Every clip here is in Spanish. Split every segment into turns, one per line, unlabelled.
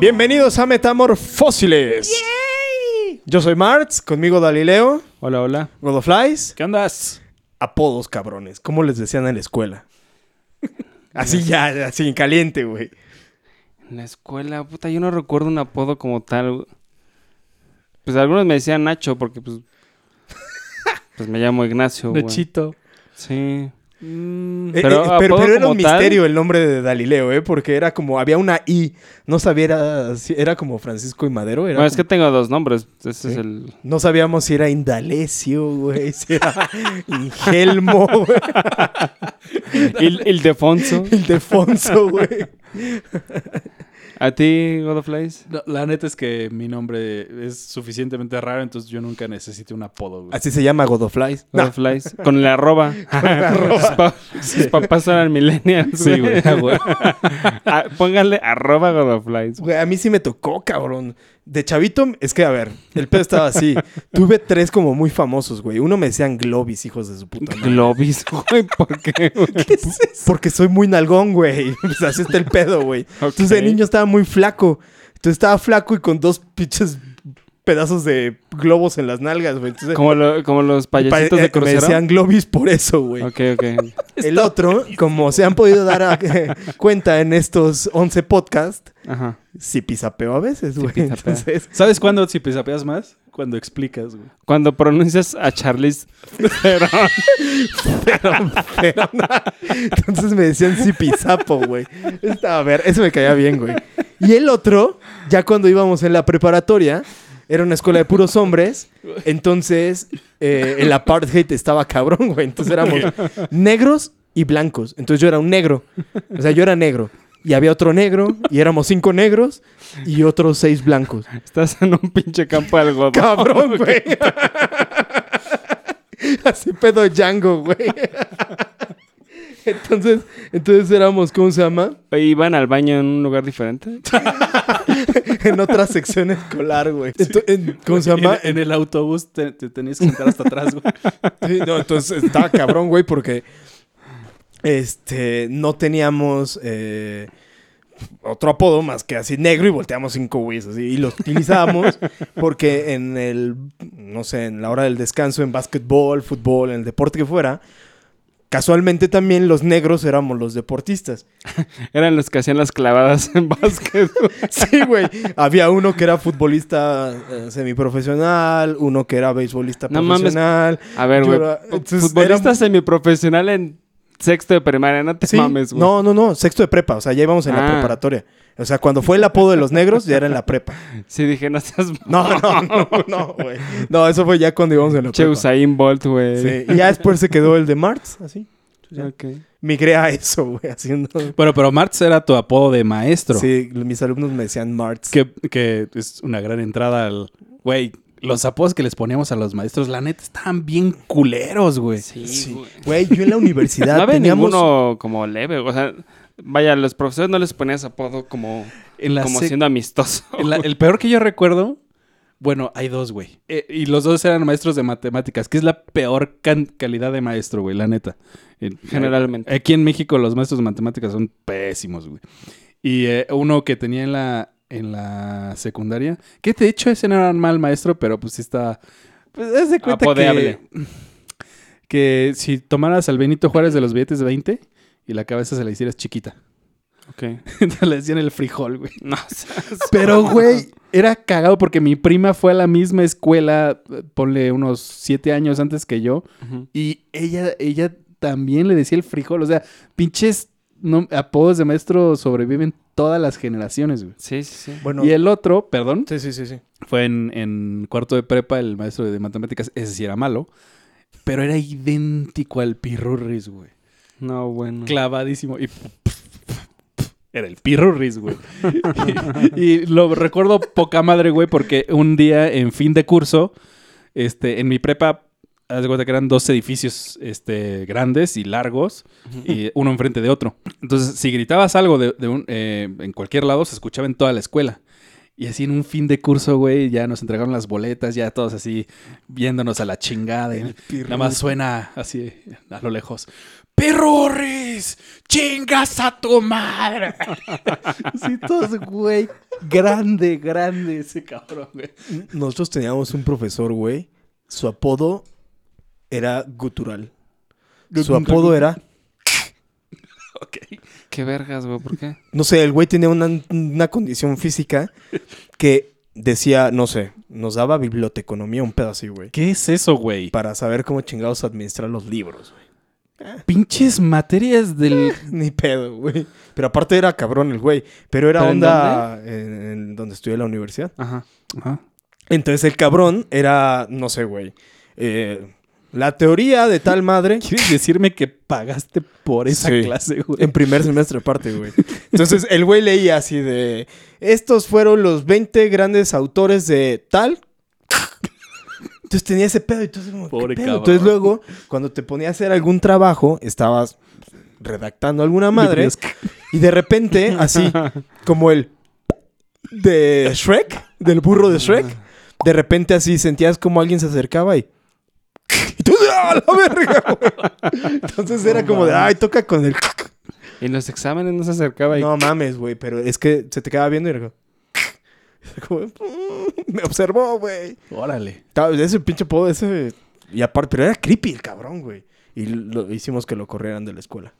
Bienvenidos a Metamorfósiles. Yo soy Martz, conmigo Galileo,
Hola, hola.
Godoflies,
¿Qué andas?
apodos cabrones, como les decían en la escuela. Así ya, así en caliente, güey.
En la escuela, puta, yo no recuerdo un apodo como tal. güey. Pues algunos me decían Nacho porque pues pues me llamo Ignacio, güey.
Nachito.
Sí.
Eh, eh,
Pero,
Pero, pero,
¿apodo
era un
como tal?
misterio el nombre de Galileo, ¿eh? Porque era como, había una I, no sabía, era, si era como Francisco y Madero. Era
Bueno, es que
como-
tengo dos nombres. Este
Sí.
es el
No sabíamos si era Indalecio, güey, si era Ingelmo, güey,
Il- Ildefonso.
Ildefonso, güey.
¿A ti, God of Lies?
No, la neta es que mi nombre es suficientemente raro, entonces yo nunca necesité un apodo, güey.
Así se llama Godoflies.
God of Lies. Con el arroba. Sus, pa- sus papás eran millennials.
Sí, güey. ah, güey.
Ah, Pónganle arroba God of Lies.
Güey, a mí sí me tocó, cabrón. De chavito, es que a ver, el pedo estaba así. Tuve tres como muy famosos, güey. Uno me decían Globis, hijos de su puta madre.
Globis, güey, ¿por qué? güey?
Porque soy muy nalgón, güey. O sea, así está el pedo, güey. Entonces de
Ok.
niño estaba muy flaco. Entonces estaba flaco y con dos pinches pedazos de globos en las nalgas, güey. Entonces
Como, lo- como los payasitos
pare-
de
eh, me
crucero.
decían Globis por eso, güey.
Ok, ok.
El otro, como se han podido dar a- cuenta en estos 11 podcasts,
Ajá.
sí pisapeo a veces, güey.
pisapea.
Entonces,
¿Sabes cuándo si pisapeas más? Cuando explicas, güey.
Cuando pronuncias a Charlize Theron.
Pero nada. Entonces me decían zipizapo, güey. Estaba, A ver, eso me caía bien, güey. Y el otro, ya cuando íbamos en la preparatoria, era una escuela de puros hombres. Entonces, eh, el apartheid estaba cabrón, güey. Entonces éramos negros y blancos. Entonces yo era un negro. O sea, yo era negro. Y había otro negro, y éramos cinco negros y otros seis blancos.
Estás en un pinche campo de algodón.
Cabrón, güey. Así pedo Django, güey. Entonces, entonces éramos, ¿cómo se llama?
Oye, ¿Iban al baño en un lugar diferente?
En otra sección escolar, güey. Ento- en- ¿Cómo se
En,
llama?
en el autobús te, te tenías que sentar hasta atrás, güey.
Sí, no, entonces estaba cabrón, güey, porque este no teníamos eh, otro apodo más que así negro y volteamos cinco güeyes así y los utilizábamos porque en el no sé, en la hora del descanso en básquetbol, fútbol, en el deporte que fuera, casualmente también los negros éramos los deportistas.
Eran los que hacían las clavadas en básquet.
Sí, güey, había uno que era futbolista eh, semiprofesional, uno que era beisbolista
No mames.
profesional.
A ver,
Yo
güey.
era- entonces,
Futbolista
era-
semiprofesional en sexto de primaria. No te
Sí,
mames, güey.
No, no, no, sexto de prepa, o sea, ya íbamos en la
Ah.
preparatoria. O sea, cuando fue el apodo de los negros, ya era en la prepa.
Sí, dije, no seas...
No, no, no, no, güey. No, eso fue ya cuando íbamos en la
Che,
prepa.
Usain Bolt, güey.
Sí, y ya después se quedó el de Marx, así.
Ok.
Migré a eso, güey, haciendo...
Bueno, pero Marx era tu apodo de maestro.
Sí, mis alumnos me decían Marx.
Que, que es una gran entrada al... Güey, los apodos que les poníamos a los maestros, la neta, estaban bien culeros, güey.
Sí.
güey.
Güey, yo en la universidad
No había
teníamos...
ninguno como leve. O sea, vaya, los profesores no les ponías apodo como,
En la
como
sec-
siendo amistoso.
La- el peor que yo recuerdo, bueno, hay dos, güey. Eh, y los dos eran maestros de matemáticas, que es la peor can- calidad de maestro, güey, la neta. Eh,
Generalmente.
Aquí en México los maestros de matemáticas son pésimos, güey. Y eh, uno que tenía en la, en la secundaria, que de hecho ese no era un mal maestro, pero pues sí está... Pues haz de cuenta
Apodeable.
que... Que si tomaras al Benito Juárez de los billetes de 20 y la cabeza se la hicieras chiquita.
Ok.
Entonces le decían el frijol, güey.
No seas...
Pero, güey, era cagado porque mi prima fue a la misma escuela, eh, ponle unos siete años antes que yo,
Ujú.
y ella, ella también le decía el frijol. O sea, pinches nom- apodos de maestro sobreviven todas las generaciones, güey.
Sí, sí, sí.
Bueno,
Y el otro, perdón,
sí, sí, sí, sí.
fue en, en cuarto de prepa el maestro de matemáticas, ese sí era malo, pero era idéntico al pirurris, güey
No, bueno.
clavadísimo. Y era el pirurris, güey. y, y lo recuerdo poca madre, güey, porque un día en fin de curso, este, en mi prepa, haz de cuenta que eran dos edificios este, grandes y largos, y uno enfrente de otro. Entonces, si gritabas algo de, de un, eh, en cualquier lado, se escuchaba en toda la escuela. Y así en un fin de curso, güey, ya nos entregaron las boletas, ya todos así viéndonos a la chingada. y- Nada más suena así a lo lejos. ¡Pirurris! ¡Chingas a tu madre! sí, todos, güey. Grande, grande ese cabrón, güey.
Nosotros teníamos un profesor, güey. Su apodo era gutural. Su apodo era.
Ok.
Qué vergas, güey, ¿por qué?
No sé, el güey tenía una, una condición física que decía, no sé, nos daba biblioteconomía, un pedo así, güey.
¿Qué es eso, güey?
Para saber cómo chingados administrar los libros, güey.
Pinches materias del.
Ni pedo, güey. Pero aparte era cabrón el güey. Pero era
¿Pero en
onda en, en donde estudié la universidad.
Ajá.
Ajá.
Entonces el cabrón era, no sé, güey. eh, la teoría de tal madre.
¿Quieres decirme que pagaste por esa
Sí.
clase,
En
güey?
primer semestre aparte, güey. Entonces el güey leía así de... Estos fueron los 20 grandes autores de tal. Entonces tenía ese pedo y tú así como, ¿qué
Pobre
pedo?
cabrón.
Entonces luego, cuando te ponía a hacer algún trabajo, estabas redactando alguna madre. Y de repente, así como el de Shrek, del burro de Shrek, de repente así sentías como alguien se acercaba y. y tú, ¡ah, la verga! güey! Entonces era como de, ay, toca con el.
Y en los exámenes no se acercaba y...
No mames, güey, pero es que se te quedaba viendo y era como. "Mm, Me observó, güey.
Órale.
Estaba- Ese pinche podo, ese. Y aparte, pero era creepy el cabrón, güey. Y lo hicimos que lo corrieran de la escuela.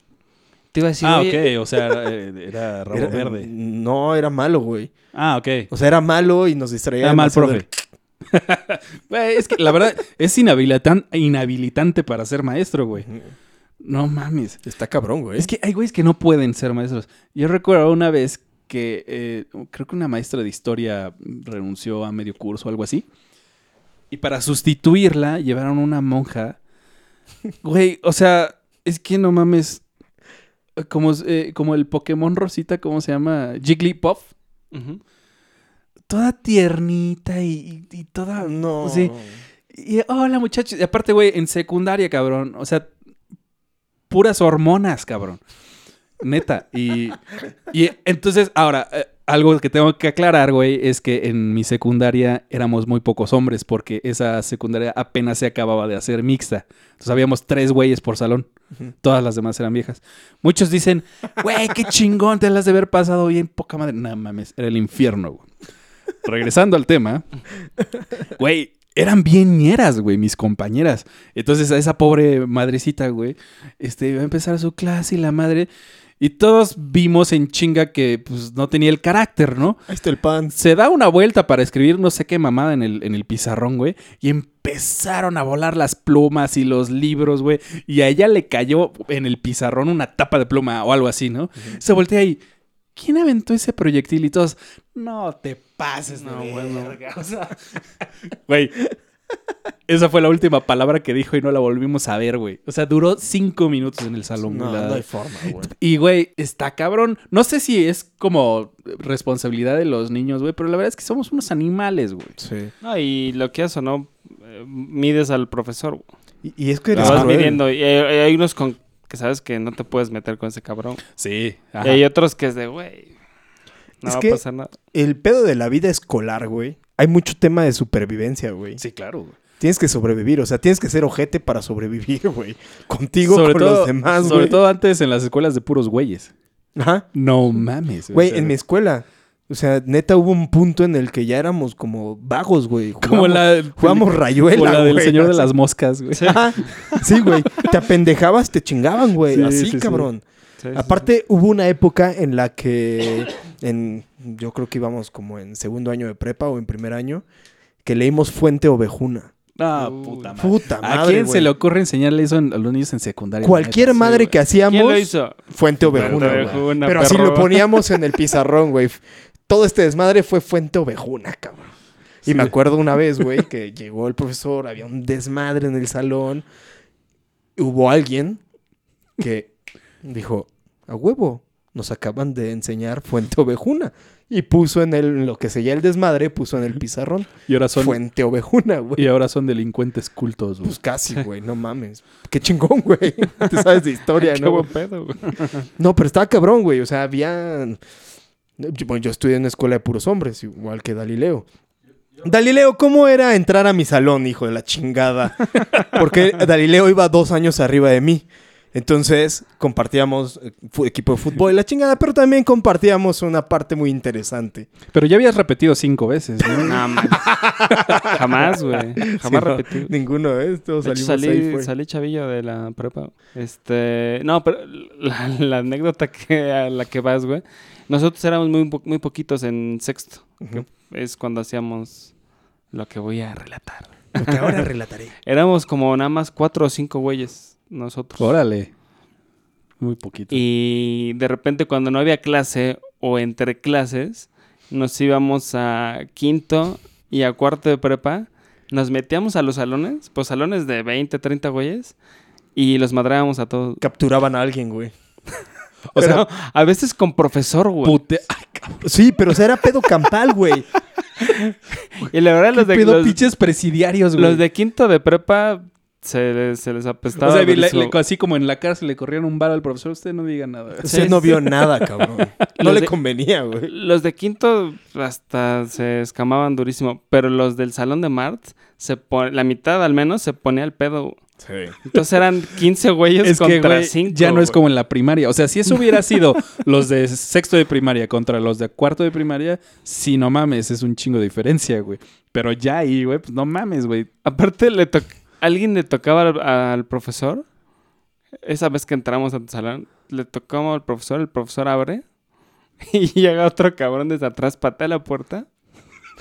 Te iba a decir,
ah,
oye,
ok. O sea, eh, era eh, rabo
Era-
verde.
No, era malo, güey.
Ah, ok.
O sea, era malo y nos distraía.
Era mal,
demasiado
profe. Güey, es que la verdad es inhabilitan- inhabilitante para ser maestro, güey.
el-
No mames.
"Mm, Está cabrón, güey.
Es que hay güeyes que no pueden ser maestros. Yo recuerdo una vez que eh, creo que una maestra de historia renunció a medio curso o algo así. Y para sustituirla llevaron una monja. Güey, o sea, es que no mames. Como, eh, como el Pokémon Rosita, ¿cómo se llama? Jigglypuff.
ujú,
Toda tiernita y, y- y toda...
ah, No.
Sí. Y hola muchachos. Y aparte, güey, en secundaria, cabrón. O sea, puras hormonas, cabrón. Neta. Y, y entonces, ahora, eh, algo que tengo que aclarar, güey, es que en mi secundaria éramos muy pocos hombres porque esa secundaria apenas se acababa de hacer mixta. Entonces habíamos tres güeyes por salón.
Ujú.
Todas las demás eran viejas. Muchos dicen, güey, qué chingón, te las de haber pasado bien, poca madre. No mames, era el infierno, güey. Regresando al tema, güey, eran bien ñeras, güey, mis compañeras. Entonces a esa pobre madrecita, güey, este, iba a empezar su clase y la madre. Y todos vimos en chinga que pues no tenía el carácter, ¿no?
Ahí está el pan.
se da una vuelta para escribir no sé qué mamada en el, en el pizarrón, güey. Y empezaron a volar las plumas y los libros, güey. Y a ella le cayó en el pizarrón una tapa de pluma o algo así, ¿no? Se voltea y... ¿Quién aventó ese proyectil? Y todos... No te pases, no,
No, bueno.
verga". O sea, Güey. Esa fue la última palabra que dijo y no la volvimos a ver, güey. O sea, duró cinco minutos en el salón.
No,
güey, la-
no hay forma, güey.
y, güey, está cabrón. No sé si es como responsabilidad de los niños, güey, pero la verdad es que somos unos animales, güey.
Sí.
No, y lo que haces o no, eh, mides al profesor, güey.
Y, y es que
Lo
eres
vas
cruel.
midiendo. Y hay, hay unos con que sabes que no te puedes meter con ese cabrón.
Sí.
Y hay otros que es de, güey, no
Es
va
que-
a pasar nada.
El pedo de la vida escolar, güey. Hay mucho tema de supervivencia, güey.
Sí, claro, güey.
Tienes que sobrevivir, o sea, tienes que ser ojete para sobrevivir, güey. Contigo, con los demás,
sobre
güey.
todo antes en las escuelas de puros güeyes.
Ajá.
No mames,
Güey,
O sea,
en mi escuela. O sea, neta hubo un punto en el que ya éramos como vagos, güey.
Como
Jugamos-
la...
Jugamos rayuela,
como la del
güey,
señor de
así.
las moscas, güey.
Ajá. Sí, güey. Te apendejabas, te chingaban, güey.
Sí,
así,
sí, sí.
cabrón.
Sí, sí,
Aparte, hubo una época en la que, en, yo creo que íbamos como en segundo año de prepa o en primer año, que leímos Fuente Ovejuna.
Ah,
Uy.
puta madre.
Puta madre.
¿A quién se
güey.
le ocurre enseñarle eso en- a los niños en secundaria?
Cualquier
Neta, sí,
madre
güey.
que
sí.
hacíamos,
¿Quién lo hizo?
Fuente Ovejuna.
Fuente
güey.
Ovejuna,
Pero así
perro.
lo poníamos en el pizarrón, güey. Todo este desmadre fue Fuente Ovejuna, cabrón. Y me acuerdo una vez, güey, que llegó el profesor, había un desmadre en el salón. Hubo alguien que dijo, a huevo, nos acaban de enseñar Fuente Ovejuna. Y puso en el, en lo que seguía el desmadre, puso en el pizarrón
Y ahora son...
Fuente Ovejuna, güey.
Y ahora son delincuentes cultos, güey.
Pues casi, güey, no mames. Qué chingón, güey. Te sabes de historia,
Qué
¿no?
buen pedo, güey.
No, pero estaba cabrón, güey. O sea, había. Yo- Bueno, yo estudié en una escuela de puros hombres, igual que Dalileo. Dalileo, ¿cómo era entrar a mi salón, hijo de la chingada? Porque Dalileo iba dos años arriba de mí. Entonces compartíamos eh, fu- equipo de fútbol y la chingada, pero también compartíamos una parte muy interesante.
Pero ya habías repetido cinco veces, ¿no?
No, man. Jamás, güey.
Mm. Sí, no,
Jamás repetí.
Ninguno de estos
De hecho,
salimos ahí
salí,
fue.
salí chavillo de la prepa. Este, no, pero la, la anécdota que, a la que vas, güey. Nosotros éramos muy, po- muy poquitos en sexto.
Ujú.
que es cuando hacíamos lo que voy a relatar.
Lo que ahora relataré.
Éramos como nada más cuatro o cinco güeyes nosotros.
Órale. Muy poquito.
Y de repente cuando no había clase o entre clases, nos íbamos a quinto y a cuarto de prepa, nos metíamos a los salones, pues salones de 20, 30 güeyes, y los madrábamos a todos.
Capturaban a alguien, güey.
o sea,
Pero a veces con profesor, güey.
pute... Ay, cabrón.
Sí, pero o sea, era pedo campal, güey.
Y la verdad los de,
Pedo
los,
pinches presidiarios, güey.
los de quinto de prepa se les, se les apestaba.
O sea, vi- le-
verso.
le- así como en la cárcel le corrieron un bar al profesor, usted no diga nada.
Usted
Sí,
no
sí.
vio nada, cabrón. No
Los
le
de-
convenía, güey.
Los de quinto hasta se escamaban durísimo, pero los del salón de Mart, se pon- la mitad al menos se ponía al pedo. Entonces eran 15 güeyes
Es que,
contra
güey,
5.
ya no es como en la primaria. O sea, si eso hubiera sido los de sexto de primaria contra los de cuarto de primaria, sí, no mames, es un chingo de diferencia, güey. Pero ya ahí, güey, pues no mames, güey.
Aparte, le toc- alguien le tocaba al, al profesor. Esa vez que entramos a tu salón, le tocamos al profesor, el profesor abre. Y llega otro cabrón desde atrás, patea la puerta.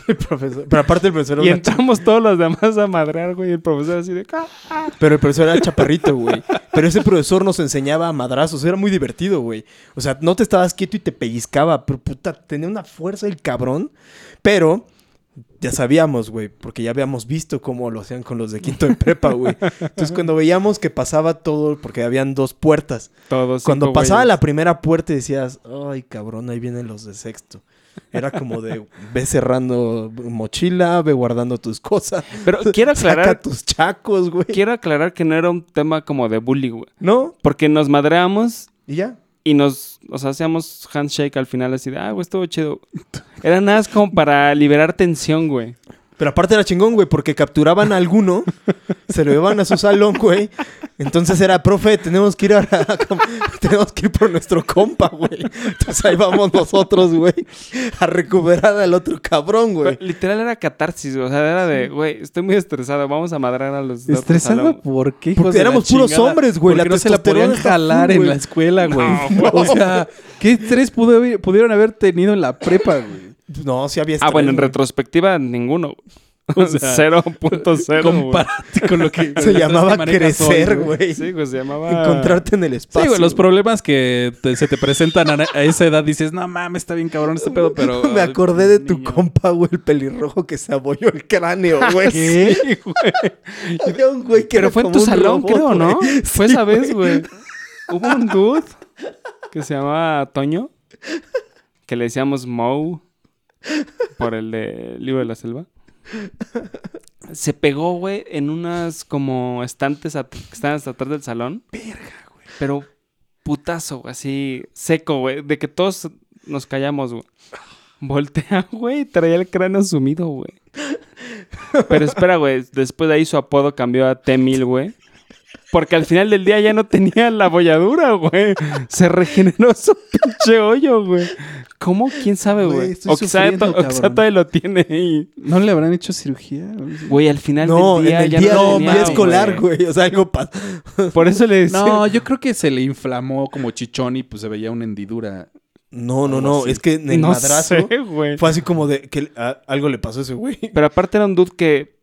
El profesor- Pero aparte el profesor
Y
era una
entramos todos los demás a madrear, güey. Y el profesor así de... "Ah".
Pero el profesor era chaparrito, güey. Pero ese profesor nos enseñaba a madrazos. Era muy divertido, güey. O sea, no te estabas quieto y te pellizcaba. Pero puta, tenía una fuerza el cabrón. Pero ya sabíamos, güey. Porque ya habíamos visto cómo lo hacían con los de quinto de prepa, güey. Entonces, cuando veíamos que pasaba todo, porque habían dos puertas.
Todos
Cuando
cinco
pasaba
güeyes.
la primera puerta decías, ay, cabrón, ahí vienen los de sexto. Era como de, ve cerrando mochila, ve guardando tus cosas.
Pero quiero aclarar,
Saca tus chacos, güey.
quiero aclarar que no era un tema como de bullying, güey.
¿No?
Porque nos madreamos
Y ya.
y nos, o sea, hacíamos handshake al final así de, ah, güey, estuvo chido. Era nada más como para liberar tensión, güey.
Pero aparte era chingón, güey, porque capturaban a alguno, se lo llevaban a su salón, güey. Entonces era, profe, tenemos que ir a, tenemos que ir por nuestro compa, güey. Entonces ahí vamos nosotros, güey, a recuperar al otro cabrón, güey.
Pero Literal era catarsis, güey. o sea, era de, güey, estoy muy estresado, vamos a madrar a los de otro
¿Estresado
salón".
por qué?
Porque
de la
éramos puros
chingada?
hombres, güey. La
Porque no se la
testosterona
podían
está
jalar
full,
en
güey.
la escuela, güey.
No,
o sea, ¿qué estrés pudo haber- pudieron haber tenido en la prepa, güey?
No, sí había
Ah,
estrés,
bueno, en
güey.
retrospectiva, ninguno.
O sea,
0.0. güey.
Comparate con lo que...
Se llamaba
manejas hoy,
crecer, güey.
Sí, güey, se llamaba...
Encontrarte en el espacio.
Sí, güey, los problemas que te- se te presentan a, a esa edad dices, no mames, está bien cabrón este pedo, pero.
Me
ay,
acordé de tu
niño".
compa, güey, el pelirrojo que se abolló el cráneo, güey.
¿Qué? güey?
Había un güey que
Pero
era
fue en
como
tu
un
salón,
robot,
creo, ¿no?
güey.
Fue
Sí,
esa vez, güey. Hubo un dude que se llamaba Toño, que le decíamos Moe por el de Libro de la Selva. Se pegó, güey, en unas como estantes at- que estaban hasta atrás del salón. Verga, güey. Pero putazo, güey, así seco, güey, de que todos nos callamos, güey. Voltea, güey, y traía el cráneo sumido, güey. Pero espera, güey, después de ahí su apodo cambió a T-1000, güey. Porque al final del día ya no tenía la bolladura, güey. Se regeneró su pinche hoyo, güey. ¿Cómo? ¿Quién sabe,
Güey,
güey?
estoy
O quizá,
sufriendo,
to- o quizá
cabrón.
todavía lo tiene ahí.
¿No le habrán hecho cirugía?
Güey, al final
No,
del día
en el
ya
día,
no
no,
tenía,
día escolar,
güey.
güey. O sea, algo pasó.
Por eso le decía...
No, yo creo que se le inflamó como chichón y pues se veía una hendidura.
No, no,
Algo
no.
así.
Es que en el
no
madrazo
sé, güey.
fue así como de que a- algo le pasó a ese güey.
Pero aparte era un dude que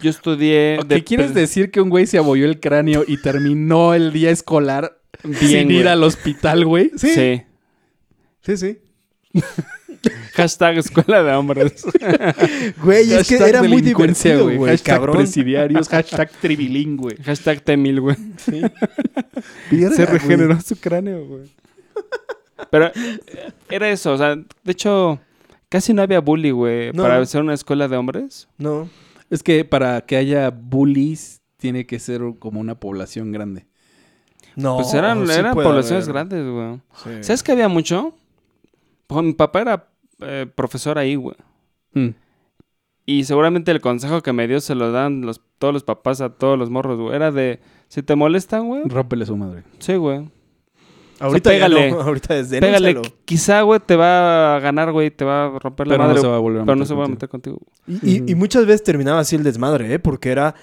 yo estudié...
¿Qué
de-
quieres decir que un güey se abolló el cráneo y terminó el día escolar sin
güey.
ir al hospital, güey?
Sí.
sí.
Sí, sí.
Hashtag escuela de hombres.
Güey, es que
Hashtag
era muy
delincuencia,
divertido, güey.
Hashtag
Cabrón.
presidiarios, hashtag tribilingüe.
Hashtag T1000, güey.
Verga,
Se
güey.
regeneró su cráneo, güey. Pero eh, era eso, o sea, de hecho, casi no había bully, güey,
No.
para hacer una escuela de hombres.
No.
Es que para que haya bullies tiene que ser como una población grande.
No.
pues eran,
sí
eran
puede
poblaciones
haber.
grandes, güey.
Sí.
¿Sabes que había
Mm.
mucho? Pues, mi papá era eh, profesor ahí, güey. Y seguramente el consejo que me dio se lo dan los, todos los papás a todos los morros, güey. Era de, si te molestan, güey,
Rómpele su madre.
sí, güey.
Ahorita
pégale.
ya no, ahorita desde
Pégale, quizá, güey, te va a ganar, güey, te va a romper
Pero
la madre.
no se va a volver a
pero no
meter
se va a
contigo.
meter contigo.
Y, y- y muchas veces terminaba así el desmadre, ¿eh? Porque era.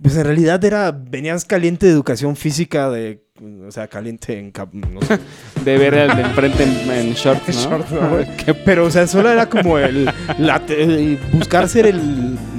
Pues en realidad era. Venías caliente de educación física, de. O sea, caliente en. cap- no sé,
De ver al de enfrente en, en shorts, ¿no?
short, ¿no, güey? Pero, o sea, solo era como el. la te- el buscar ser el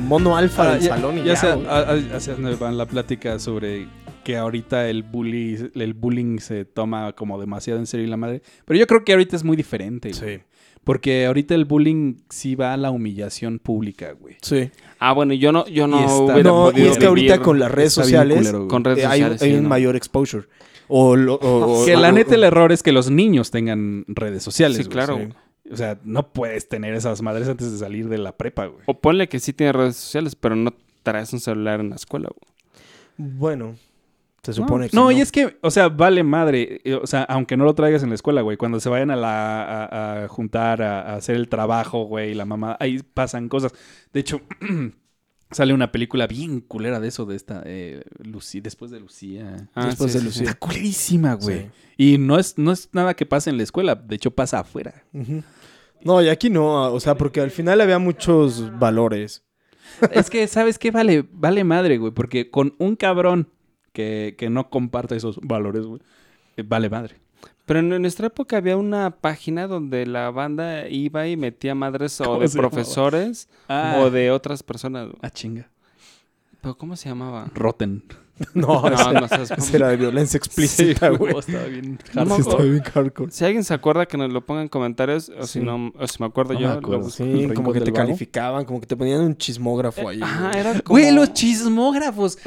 mono
Ah,
alfa del salón y ya.
sea,
güey.
a- ah, a- hacia donde van la plática sobre que ahorita el bully, el bullying se toma como demasiado en serio y la madre. Pero yo creo que ahorita es muy diferente, güey.
Sí.
Porque ahorita el bullying sí va a la humillación pública, güey.
Sí.
Ah, bueno, yo no, yo
Y
no
está-
hubiera
No, y
podido
es que ahorita
vivir
con las redes
Está bien
sociales.
culero, güey.
con redes
eh, hay
sociales.
hay
sí,
un
¿no?
mayor exposure. O lo- o- o-
Que la
o-
neta
o-
el error es que los niños tengan redes sociales.
Sí,
güey.
claro.
sí.
güey.
O sea, no puedes tener esas madres antes de salir de la prepa, güey.
O ponle que sí tiene redes sociales, pero no traes un celular en la escuela, güey.
Bueno, se supone
no,
que.
no, y es que, o sea, vale madre. eh, O sea, aunque no lo traigas en la escuela, güey. Cuando se vayan a la a, a juntar, a, a hacer el trabajo, güey, la mamá, ahí pasan cosas. De hecho, sale una película bien culera de eso, de esta, eh, Lucía, después de Lucía.
Ah,
Después
sí,
de
sí, sí.
Lucía.
Está culerísima, güey.
Sí.
Y no es, no es nada que pase en la escuela, de hecho pasa afuera.
Ujú. No, y aquí no, o sea, porque al final había muchos valores.
es que, ¿sabes qué? Vale, vale madre, güey, porque con un cabrón que, que no comparte esos valores, güey, eh, vale madre.
Pero en nuestra época había una página donde la banda iba y metía madres o
¿Cómo
de
se llamaba?
profesores o de otras personas. güey.
Ah, chinga.
¿Pero cómo se llamaba?
Roten.
No,
No,
esa,
no seas mamón.
esa era de violencia explícita, güey.
estaba bien.
No me
Sí,
acuerdo.
estaba bien hardcore.
Si alguien se acuerda, que nos lo ponga en comentarios. O si
Sí.
no, o si me acuerdo
No me
yo. lo
acuerdo.
busco.
¿El
Sí,
rincón
como que
del
te
vago?
calificaban, como que te ponían un chismógrafo ahí.
Ajá,
güey.
era como...
Güey, los chismógrafos.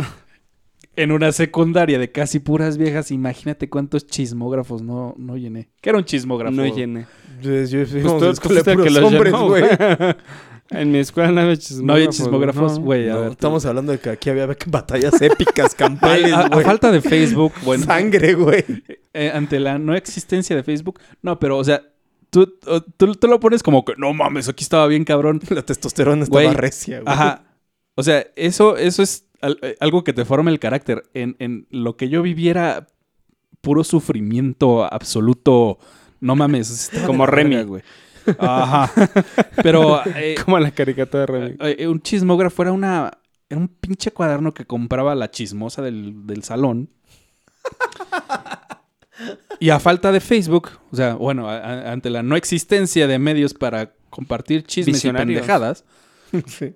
En una secundaria de casi puras viejas, imagínate cuántos chismógrafos no, no llené. ¿Qué era un chismógrafo?
No llené.
Entonces, yo
Pues
íbamos
tú-
a la
tú
escuela
fuiste el
de
que
puros hombres,
los llenó,
güey.
En mi escuela no había chismógrafos.
No había
güey,
chismógrafos,
no.
güey. a
No,
ver.
estamos hablando de que aquí había batallas épicas,
Güey,
campales,
a- a
güey.
falta de Facebook, bueno,
Sangre, güey.
eh, ante la no existencia de Facebook, no, pero, o sea, tú, tú, tú lo pones como que, no mames, aquí estaba bien cabrón.
La testosterona estaba
Güey,
recia, güey.
Ajá. O sea, eso, eso es al- eh, algo que te forma el carácter. En, en lo que yo viviera puro sufrimiento absoluto. No mames. estaba de
Como
la
Remy.
verga, güey. Ajá. Pero eh,
Como la caricatura de Remy.
eh, un chismógrafo era una. Era un pinche cuaderno que compraba la chismosa del, del salón. Y a falta de Facebook, o sea, bueno, a- a- ante la no existencia de medios para compartir chismes y
Visionarios.
pendejadas,
Sí.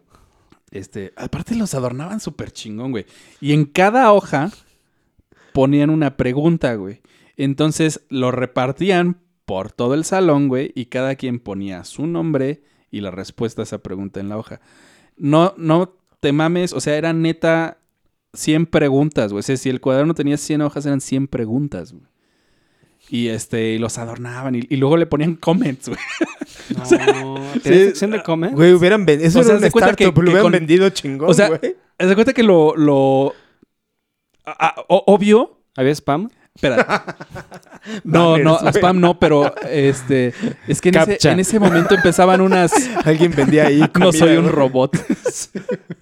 este, aparte los adornaban súper chingón, güey. Y en cada hoja ponían una pregunta, güey. Entonces lo repartían por todo el salón, güey, y cada quien ponía su nombre y la respuesta a esa pregunta en la hoja. No, no te mames, o sea, eran neta 100 preguntas, güey. O sea, si el cuaderno tenía 100 hojas, eran 100 preguntas, güey. Y este, y los adornaban y, y luego le ponían comments, güey.
No. ¿Tienes sección de comer?
Güey, hubieran vendido. Eso
O sea,
era
haz de
un
cuenta
startup,
que-
lo
que
hubieran
con-
vendido chingón,
O sea,
güey.
Haz de cuenta que lo. lo a- a- o- obvio,
¿Había spam?
Espera. No,
Banners,
no,
güey.
spam no, pero este. Es que en ese,
Captcha.
en ese momento empezaban unas.
Alguien vendía ahí.
No
comida,
soy un
güey.
robot.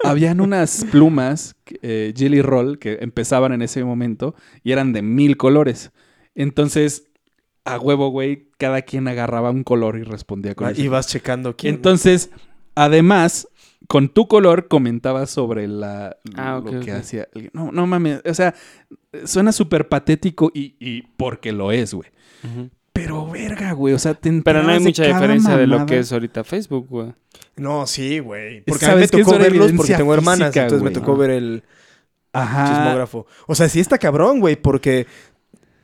Habían unas plumas, eh, Jelly Roll, que empezaban en ese momento y eran de mil colores. Entonces, a huevo, güey, cada quien agarraba un color y respondía con
Ah,
ese
Y vas checando quién.
entonces, además, con tu color comentabas sobre la,
Ah, ok,
lo que
ok.
hacía. alguien. No, no mames. O sea, suena súper patético y, y porque lo es, güey. Pero verga, güey. O sea, te
Pero no hay
enterabas de
mucha
cada
diferencia de lo
mamada.
que es ahorita Facebook, güey.
No, sí, güey.
Es que
Porque a mí me
sabes que
tocó
eso era
verlos porque
evidencia
tengo hermanas.
física,
entonces
güey. Ah.
me tocó ver el
Ajá.
chismógrafo. O sea, sí está cabrón, güey, porque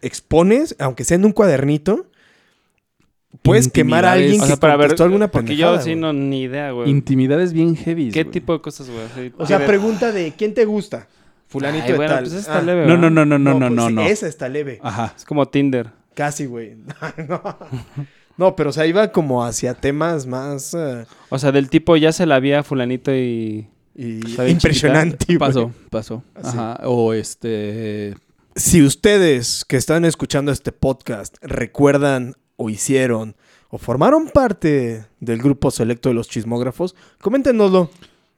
expones, aunque sea en un cuadernito, puedes quemar a alguien
Intimidades.
que
O sea, para ver...
contestó alguna
Porque yo
pendejada,
sí
güey.
no, ni idea, güey.
Intimidades bien heavy.
¿Qué tipo de cosas, güey? Así,
O sea,
de-
pregunta de ¿quién te gusta? Fulanito
Ay,
de
bueno,
tal.
pues está
Ah,
leve,
No, no,
¿verdad?
no, no, no, no,
pues
no.
sí,
no.
Esa está leve.
Ajá.
Es como Tinder.
Casi, güey. no. No, pero o sea, iba como hacia temas más eh,
O sea, del tipo ya se la había fulanito y...
y-
Está bien
impresionante, güey.
Pasó, pasó.
Así.
Ajá. O este.
Si ustedes que están escuchando este podcast recuerdan o hicieron o formaron parte del grupo selecto de los chismógrafos, coméntenoslo.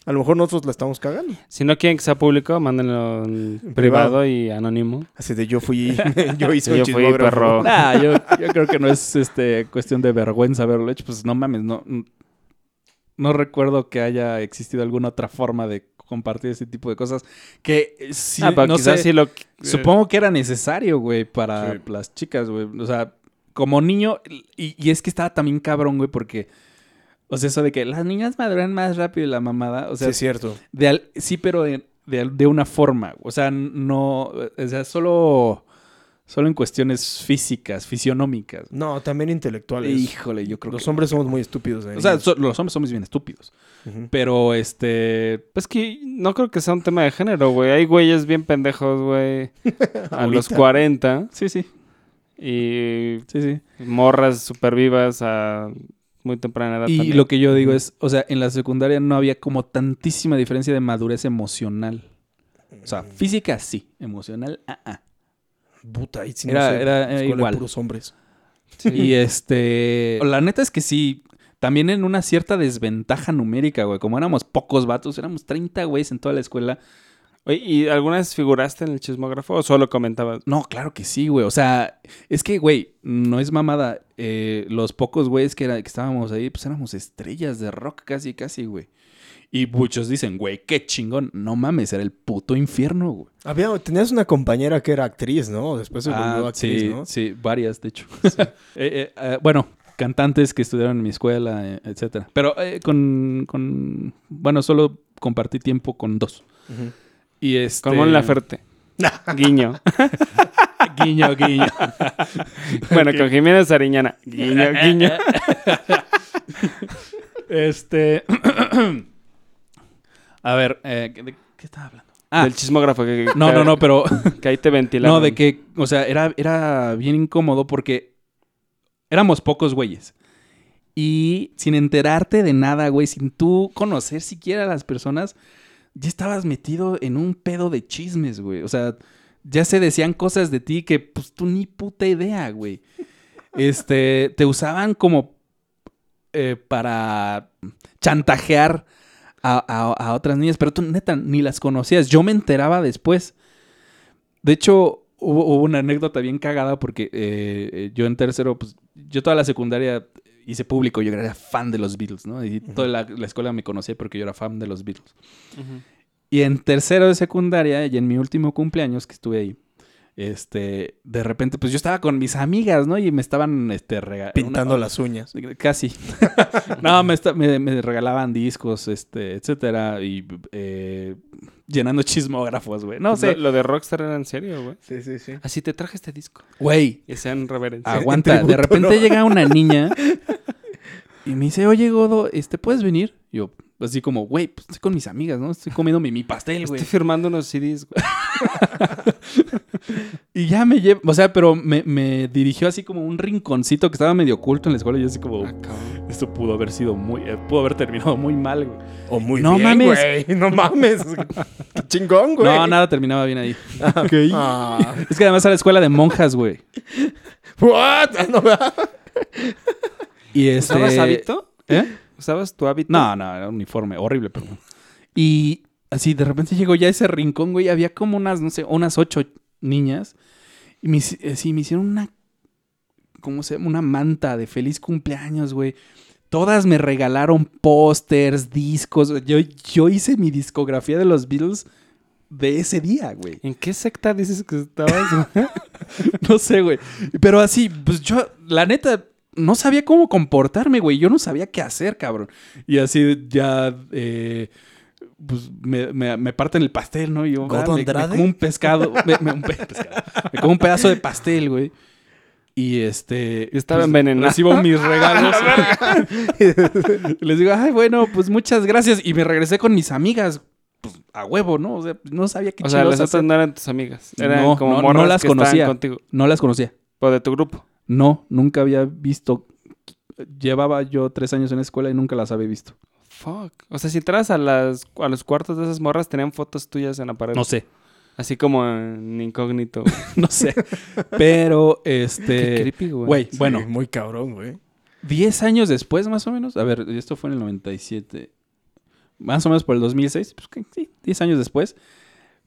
A lo mejor nosotros la estamos cagando.
Si no quieren que sea público, mándenlo en privado, y anónimo.
Así de yo fui, yo hice un
Yo fui
chismógrafo.
perro.
Nah, yo, yo creo que no es este, cuestión de vergüenza haberlo hecho. Pues no mames, no, no recuerdo que haya existido alguna otra forma de compartir ese tipo de cosas. Que eh, sí,
ah, pero
no
quizás
sé,
sí
Eh,
lo...
Supongo que era necesario, güey, para
Sí.
las chicas, güey. O sea, como niño, y, y es que estaba también cabrón, güey, porque, o sea, eso de que las niñas maduran más rápido y la mamada, o
Sí,
sea,
es cierto.
de al- sí, pero de, de al- de una forma. O sea, no. O sea, solo. Solo en cuestiones físicas, fisionómicas.
No, también intelectuales.
Híjole, yo creo
los
que.
hombres somos muy estúpidos. ¿eh? de
O sea,
niños.
so- los hombres somos bien estúpidos.
Ujú.
Pero este.
Pues que no creo que sea un tema de género, güey. Hay güeyes bien pendejos, güey. a los
Ahorita.
40.
Sí, sí,
Y
sí, sí.
morras supervivas a muy temprana edad.
Y
también.
lo que yo digo es, o sea, en la secundaria no había como tantísima diferencia de madurez emocional. O sea, física sí, emocional, ah, ah.
mm, Puta, ahí sí
Era-
no sé,
era, eh,
escuela de
igual.
puros hombres.
Y este. La neta es que sí. También en una cierta desventaja numérica, güey. Como éramos pocos vatos, éramos 30 güeyes en toda la escuela.
Oye, ¿y alguna vez figuraste en el chismógrafo o solo comentabas?
No, claro que sí, güey. O sea, es que, güey, no es mamada. Eh, los pocos güeyes que, era- que estábamos ahí, pues éramos estrellas de rock casi, casi, güey. Y muchos dicen, güey, qué chingón. No mames, era el puto infierno, güey.
Había, tenías una compañera que era actriz, ¿no? Después se volvió
Ah,
actriz,
sí,
¿no?
sí, varias, de hecho. Eh, eh, eh, bueno, cantantes que estudiaron en mi escuela, eh, etcétera. Pero eh, con, con- Bueno, solo compartí tiempo con dos.
Ujú.
Y este...
Como en la Ferte. Guiño.
Guiño, guiño.
Bueno, con Jiménez Sariñana. Guiño, guiño.
este... A ver, eh, ¿de qué estaba hablando? Ah,
Del chismógrafo. Que, que-
no, no, no, pero...
Que ahí te ventilaron.
No, de que, o sea, era, era bien incómodo porque éramos pocos güeyes. Y sin enterarte de nada, güey, sin tú conocer siquiera a las personas, ya estabas metido en un pedo de chismes, güey. O sea, ya se decían cosas de ti que pues tú ni puta idea, güey. Este, te usaban como eh, para chantajear a, a- a otras niñas, pero tú neta ni las conocías. Yo me enteraba después. De hecho, hubo, hubo una anécdota bien cagada porque eh, eh, yo en tercero, pues yo toda la secundaria hice público, yo era fan de los Beatles, ¿no? Y toda la, la escuela me conocía porque yo era fan de los Beatles.
Ujú.
Y en tercero de secundaria y en mi último cumpleaños que estuve ahí, este, de repente, pues yo estaba con mis amigas, ¿no? Y me estaban, este, rega-
Pintando
una-
las uñas.
Casi. no, me, esta- me- me regalaban discos, este, etcétera, y eh, llenando chismógrafos, güey. No sé.
Lo, lo de Rockstar era en serio, güey.
Sí, sí, sí.
Así te traje este disco.
Güey,
Y sean reverencia.
Aguanta,
tributo,
de repente
¿no?
llega una niña y me dice, oye, Godo, este, ¿puedes venir? Yo, así como, güey, pues estoy con mis amigas, ¿no? Estoy comiendo mi, mi pastel,
Estoy
güey.
Este
firmando unos CDs, güey.
Y ya me lleva, o sea, pero me, me dirigió así como a un rinconcito que estaba medio oculto en la escuela y yo así como,
Ah, cabrón.
esto pudo haber sido muy, eh, pudo haber terminado muy mal, güey.
O Oh, muy
No
bien,
mames.
güey. No mames. Qué chingón, güey.
No, nada terminaba bien ahí.
Ah.
Es que además era escuela de monjas, güey.
What? Ah, No, ¿verdad?
Y este...
¿Usabas hábito?
¿Eh?
¿Usabas tu hábito?
No, no, era un uniforme, horrible, pero bueno. Y así de repente llegó ya a ese rincón, güey, había como unas, no sé, unas ocho niñas. Y me, hici- eh, sí, me hicieron una, ¿cómo se llama? Una manta de feliz cumpleaños, güey. Todas me regalaron pósters, discos. Yo, yo hice mi discografía de los Beatles de ese día, güey.
¿En qué secta dices que estabas, güey?
No sé, güey. Pero así, pues yo, la neta, no sabía cómo comportarme, güey. Yo no sabía qué hacer, cabrón. Y así ya, eh, pues me, me- me parten el pastel, ¿no? Y Yo
¿Godo
ah, me, me
Andrade?
como un pescado, me, me- un pe- pescado. Me como un pedazo de pastel, güey. Y este...
Estaba
pues,
envenenado.
Recibo mis regalos. Les digo, ay, bueno, pues muchas gracias. Y me regresé con mis amigas. Pues a huevo, ¿no? O sea, no sabía qué
O sea,
chingados
las otras
hacer.
no eran tus amigas. Eran
No,
como
no, no
morras
las
que estaban
conocía.
contigo.
no las conocía.
O de tu grupo.
No, nunca había visto. Llevaba yo tres años en la escuela y nunca las había visto.
Fuck. O sea, si entras a, las, a los cuartos de esas morras, tenían fotos tuyas en la pared.
sé.
Así como en incógnito. güey.
No sé. Pero,
Qué
este.
creepy, güey.
Güey,
Sí,
bueno,
Muy cabrón, güey.
10 años después, más o menos. A ver, esto fue en el 97. Más o menos por el 2006. Pues que sí, 10 años después.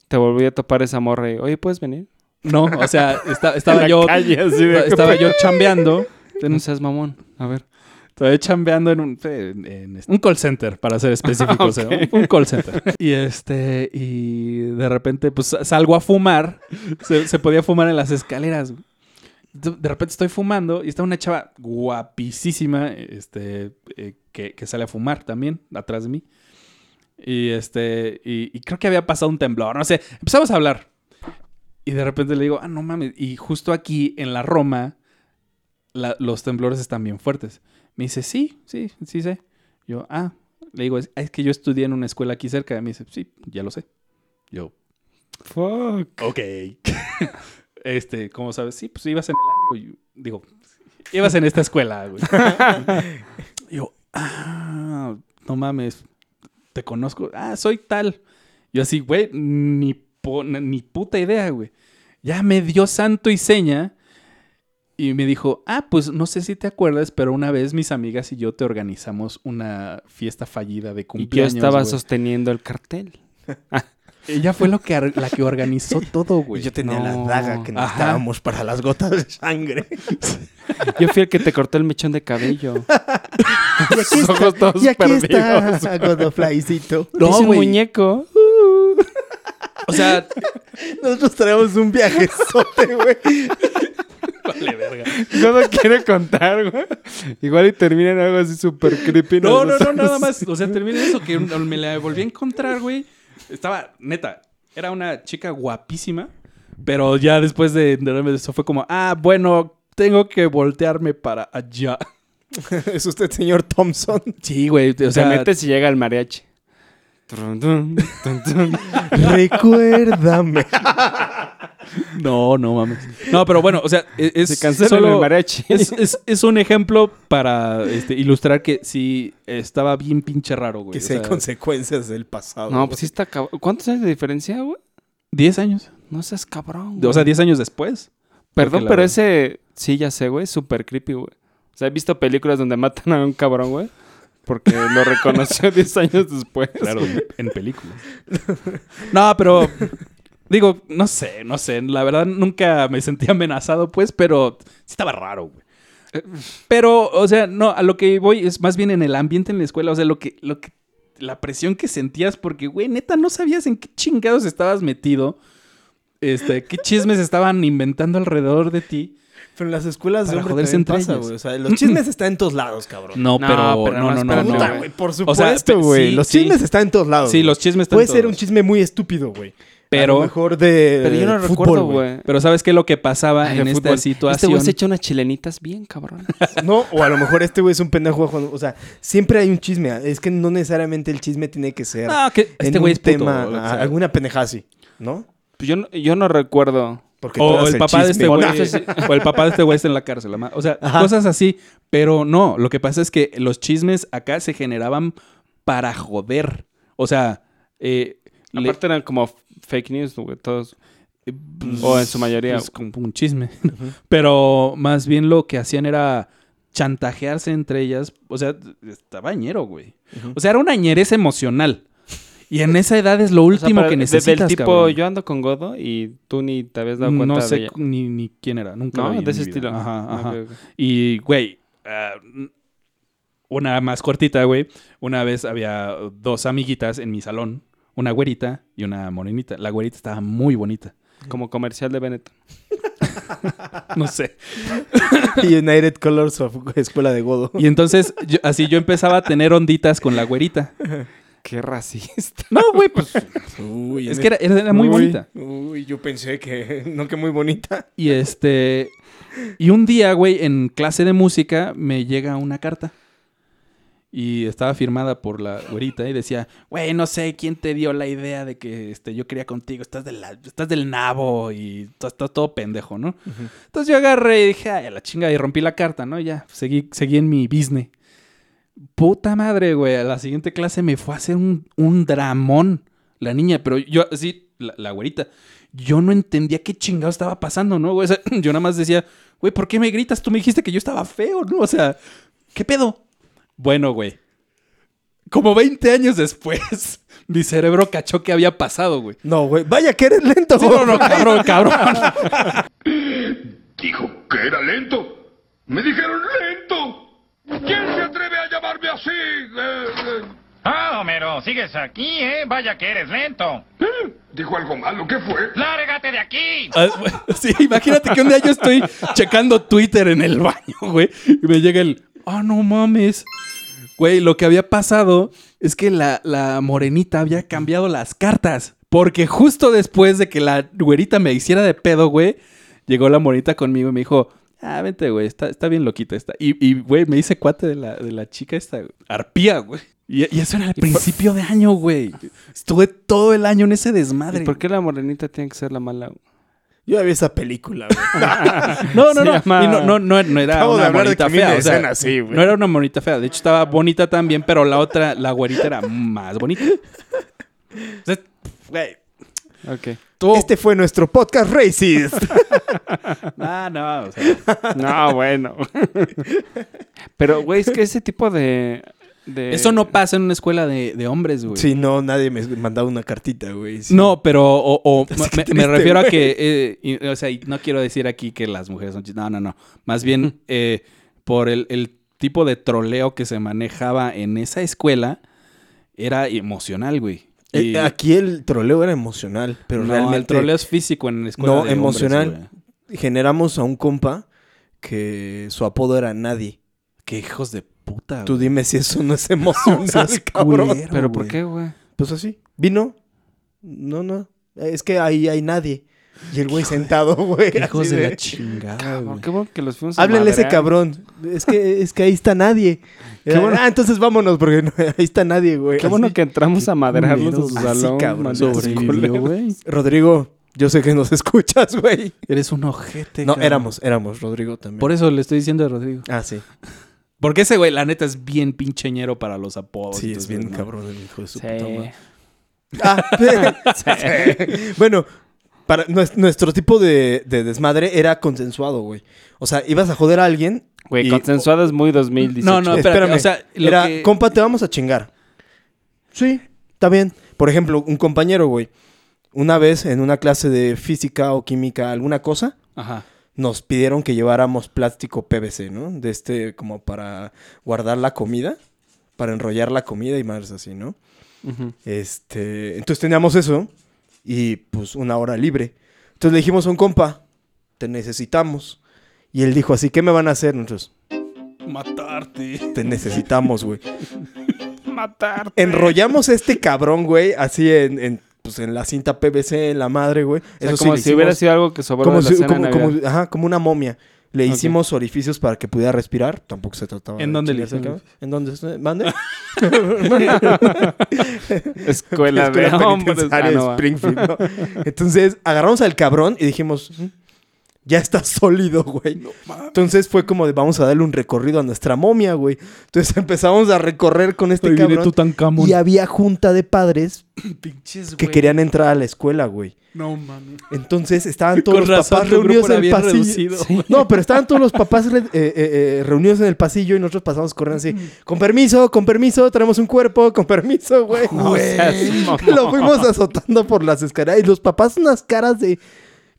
Te volví a topar esa morra y, oye, ¿puedes venir?
No, o sea, esta- estaba
la
yo.
calle, así de-
estaba yo chambeando.
No seas mamón. A ver.
Estaba chambeando en un, en- en este- Ah, un call center, para ser específico. o sea, un, un call center. Y este, y de repente, pues salgo a fumar. Se, se podía fumar en las escaleras. güey. Entonces, De repente estoy fumando y está una chava guapísima, este, eh, que, que sale a fumar también, atrás de mí. Y este, y, y creo que había pasado un temblor, no sé. Empezamos a hablar. Y de repente le digo, ah, no mames. Y justo aquí en la Roma, la- los temblores están bien fuertes. Me dice, sí, sí, sí sé. Yo, ah, le digo, es, es que yo estudié en una escuela aquí cerca. Me dice, sí, ya lo sé. Yo,
Fuck.
ok. este, ¿cómo sabes? Sí, pues ibas en el año, güey. Digo, ibas en esta escuela, güey. Yo, ah, no mames, te conozco. Ah, soy tal. Yo así, güey, ni, po- ni puta idea, güey. Ya me dio santo y seña. Y me dijo, ah, pues no sé si te acuerdas, pero una vez mis amigas y yo te organizamos una fiesta fallida de
Y yo
cumpleaños.
estaba
güey".
sosteniendo el cartel.
Ella fue lo que ar- la que organizó todo, güey.
yo tenía
no.
la daga que
Pues Ajá.
necesitábamos para las gotas de sangre.
Yo fui el que te cortó el mechón de cabello.
Y aquí
ojos todos
y aquí
perdidos.
está Godoflycito.
No,
es un
güey.
muñeco.
O sea,
Nosotros traemos un viajezote, güey.
vale, verga.
No lo quiere contar, güey. Igual y termina en algo así súper creepy.
No, no, no,
nosotros.
nada más. O sea, termina eso que un- me la volví a encontrar, güey. Estaba, neta, era una chica guapísima. Pero ya después de, de eso fue como, ah, bueno, tengo que voltearme para allá.
Es usted, señor Thompson.
Sí, güey. O
O sea,
sea,
metes y llega el mariachi. Trum, tum, tum, tum.
Recuérdame.
no, no mames. No, pero bueno, o sea, e-, es,
Se
es
cancela
solo-
el mariachi.
Es, es- es un ejemplo para este, ilustrar que sí estaba bien pinche raro, güey.
Que
O
si hay
sea,
consecuencias del pasado.
No, pues sí está cabrón. ¿Cuántos años de diferencia, güey?
10 años.
No seas cabrón.
O
güey.
sea, 10 años después.
Perdón,
porque la
pero
verdad-
ese. Sí, ya sé, güey. Es súper creepy, güey. O sea, he visto películas donde matan a un cabrón, güey. Porque lo reconoció 10 años después.
Claro, en- en películas. No, pero digo, no sé, no sé. La verdad nunca me sentí amenazado, pues, pero sí estaba raro, güey. Eh, Pero, o sea, no, a lo que voy es más bien en el ambiente en la escuela, o sea, lo que, lo que, la presión que sentías, porque, güey, neta, no sabías en qué chingados estabas metido, este, qué chismes estaban inventando alrededor de ti.
Pero en las escuelas de
Para
hombre
joderse
también
entre
pasa,
ellos.
güey. O sea, los chismes están en todos lados, cabrón.
No,
No,
pero,
pero
no, no,
no,
no,
espérate,
Puta,
no.
güey, por
O sea,
supuesto,
pe-
güey.
sí,
los
sí.
chismes están en todos lados.
Sí,
güey.
los chismes están
Puede ser
todos.
un chisme muy estúpido, güey.
Pero-
A lo mejor de.
Pero yo no
fútbol,
recuerdo, güey.
Pero ¿sabes qué es lo que pasaba
Ay,
en
de
esta
fútbol. Este
situación?
güey se echa unas chilenitas bien, cabrón.
No, o a lo mejor este güey es un pendejo jugando. O sea, siempre hay un chisme. Es que no necesariamente el chisme tiene que ser.
No, que
en
este güey
un
es puto,
tema,
o sea.
a- alguna pendejada así, ¿no?
Pues yo, no- yo no recuerdo.
Porque tú
O
eras
el, papá de este
chisme.
güey,
No,
o el papá de este güey está en la cárcel. ama- O sea,
Ajá.
cosas así. Pero no, lo que pasa es que los chismes acá se generaban para joder. O sea, eh, le-
Aparte eran como f- fake news, güey, todos.
eh, pues,
o en su mayoría.
pues, como un chisme. Pero más bien lo que hacían era chantajearse entre ellas. O sea, está bañero, güey. O sea, era una ñerez emocional. Y en esa edad es lo
O sea,
último
pero
que
de- Del
necesitas,
tipo,
cabrón.
yo ando con Godo y tú ni te habías dado cuenta
no
de
sé
ella.
ni, ni quién era, nunca la vi
No,
en
de ese
mi vida.
estilo.
Ajá, ajá.
Ok, ok.
Y, güey, ah, una más cortita, güey. Una vez había dos amiguitas en mi salón. Una güerita y una morenita. La güerita estaba muy bonita.
Como comercial de Benetton.
No sé.
United Colors of Escuela de Godo.
Y entonces, yo- así yo empezaba a tener onditas con la güerita.
Qué racista.
No, güey, pues
Uy,
es que era, era- era muy
Uy.
bonita.
Uy, yo pensé que. No, que muy bonita.
Y este. Y un día, güey, en clase de música me llega una carta. Y estaba firmada por la güerita y decía, güey, no sé quién te dio la idea de que este, yo quería contigo, estás, de la- estás del nabo y to- estás todo pendejo, ¿no? Entonces yo agarré y dije, ay, a la chinga, y rompí la carta, ¿no? Y ya, seguí, seguí en mi business. Puta madre, güey, a la siguiente clase me fue a hacer un, un dramón la niña, pero yo, así, la, la güerita, yo no entendía qué chingado estaba pasando, ¿no? güey? O sea, yo nada más decía, güey, ¿por qué me gritas? Tú me dijiste que yo estaba feo, ¿no? O sea, ¿Qué pedo? Bueno, güey. Como 20 años después, mi cerebro cachó que había pasado, güey.
No, güey. Vaya que eres lento,
Sí, no, no, cabrón, cabrón.
Dijo que era lento. Me dijeron lento. ¿Quién se atreve a llamarme así? Eh, eh.
Ah, Homero, sigues aquí, ¿eh? Vaya que eres lento.
¿Eh? Dijo algo malo. ¿Qué fue?
¡Lárgate de aquí!
Ah, güey, Sí, imagínate que un día yo estoy checando Twitter en el baño, güey. Y me llega el, ah, no mames. Güey, lo que había pasado es que la, la morenita había cambiado las cartas. Porque justo después de que la güerita me hiciera de pedo, güey, llegó la morenita conmigo y me dijo, ah, vente, güey, está, está bien loquita esta. Y, y, güey, me hice cuate de la, de la chica esta, güey. arpía, güey. Y, y eso era al principio de año, güey. Estuve todo el año en ese desmadre.
¿Y por qué la morenita tiene que ser la mala? güey?
Yo ya vi esa película, güey.
No, no,
Se
no.
llama-
Y no, no, no, no era
Acabo de
una
hablar de
bonita
crimen
fea.
de
o sea,
escena, sí, güey.
no era una bonita fea. De hecho, estaba bonita también, pero la otra, la güerita, era más bonita. O sea, güey,
Ok.
tú-
Este fue nuestro podcast racist.
Ah, no. o sea,
No, bueno. Pero, güey, es que ese tipo de... de-
eso no pasa en una escuela de, de hombres, güey.
Si no, nadie me mandaba una cartita, güey. Sí.
No, pero o- o me, me
triste,
refiero a
güey.
que, eh, y- o sea, y no quiero decir aquí que las mujeres son chis- No, no, no. Más bien, eh, por el, el tipo de troleo que se manejaba en esa escuela, era emocional, güey.
Eh,
Y-
aquí el troleo era emocional, pero
no,
realmente
el troleo es físico en la escuela.
No,
de hombres,
emocional.
güey.
generamos a un compa que su apodo era Nadie.
Qué hijos de puta.
Tú
güey.
dime si eso no es emocional,
Seas
cabrón.
culero,
¿Pero por
güey.
qué, güey?
Pues así. ¿Vino? No, no. Es que ahí hay nadie. Y el güey sentado, güey.
Qué
así
hijos de
de-
la chingada.
Cabrón,
güey.
qué bueno que los fuimos a
Háblenle a ese
madrear.
cabrón. Es que, es que ahí está nadie.
¿eh? Qué bueno.
Ah, entonces vámonos, porque no- ahí está nadie, güey.
Qué bueno
Así.
que entramos a madrearlos a
culeros,
su
así,
salón.
cabrón,
malditos
sobrevivió,
culeros.
Rodrigo, yo sé que nos escuchas, güey.
Eres un ojete.
No,
cabrón.
éramos, éramos, Rodrigo también.
Por eso le estoy diciendo a Rodrigo.
Ah, sí.
Porque ese güey, la neta, es bien pincheñero para los
Oh,
apodos.
Sí, es
entonces,
bien
no.
cabrón el hijo de su
Sí.
puta madre. Ah, sí. bueno, para nues- nuestro tipo de, de desmadre era consensuado, güey. O sea, ibas a joder a alguien.
Güey,
y-
consensuadas muy 2018.
No, no, espérame.
Espérame,
O sea, lo
Era,
que-
compa, te vamos a chingar. Sí, está bien. Por ejemplo, un compañero, güey. Una vez en una clase de física o química, alguna cosa,
Ajá.
nos pidieron que lleváramos plástico PVC, ¿no? De este, como para guardar la comida, para enrollar la comida y más así, ¿no?
Ujú.
Este, entonces teníamos eso y pues una hora libre. Entonces le dijimos a un compa, te necesitamos. Y él dijo así, ¿qué me van a hacer? Nosotros,
Matarte.
te necesitamos, güey.
Matarte.
Enrollamos a este cabrón, güey, así en, en, pues, en la cinta PVC, en la madre, güey.
O sea,
Eso sí
como
le
si
hicimos-
hubiera sido algo que sobró
como,
de la
si-
cena de
como-
Navidad.
como- ajá, como una momia. Le
Ok.
hicimos orificios para que pudiera respirar. Tampoco se trataba
¿En
de
dónde le
chingarse al
hicieron?
cabrón. ¿En dónde? se- ¿Mande?
Escuela,
Escuela
de hombres.
penitenciaria
Ah,
de
no, va.
Springfield, ¿no? Entonces, agarramos al cabrón y dijimos, "Mm, ya está sólido, güey. Entonces fue como de, vamos a darle un recorrido a nuestra momia, güey. Entonces empezamos a recorrer con este cabrón.
Tutankamón.
Y había junta de padres
Pinches,
que
güey.
querían entrar a la escuela, güey.
No, mames.
Entonces estaban todos
Con
los
razón,
papás
tu grupo
reunidos
era
en el
bien
pasillo.
reducido,
Sí. No, pero estaban todos los papás re- eh, eh, eh, reunidos en el pasillo y nosotros pasamos corriendo así. Con permiso, con permiso, traemos un cuerpo, con permiso, güey.
Güey. seas mamón.
Lo fuimos azotando por las escaleras y los papás unas caras de...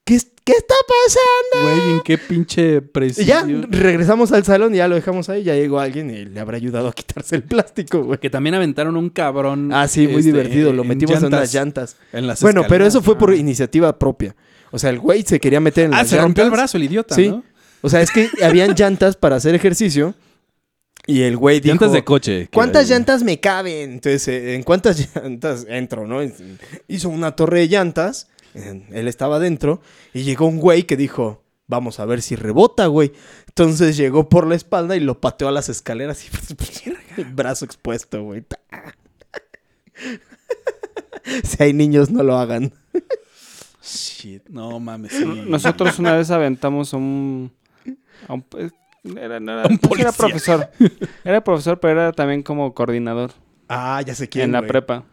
¿Qué, es- qué está pasando?
Güey, en qué pinche
Y ya
presidio.
regresamos al salón y ya lo dejamos ahí. Ya llegó alguien y le habrá ayudado a quitarse el plástico, güey.
Que también aventaron un cabrón.
Ah, sí, muy
este,
divertido. Lo
en
metimos en, las
llantas.
llantas.
En las
Bueno, pero eso
escaleras.
fue por iniciativa propia. O sea, el güey se quería meter en
Ah,
las
se rompió el
llantas.
brazo el idiota,
Sí.
¿no?
O sea, es que habían llantas para hacer ejercicio y el güey dijo...
Llantas de coche.
¿Cuántas llantas me caben? Entonces, eh, ¿en cuántas llantas entro, no? Hizo una torre de llantas, eh, él estaba dentro, y llegó un güey que dijo, vamos a ver si rebota, güey. Entonces llegó por la espalda y lo pateó a las escaleras y pues, el brazo expuesto, güey. Ta. Si hay niños, no lo hagan.
Shit, no mames. sí.
Nosotros una vez aventamos a un... a un- eh, era, no era-
Un
no era
policía.
profesor. Era profesor, pero era también como coordinador
Ah, ya sé quién,
en la
güey.
prepa.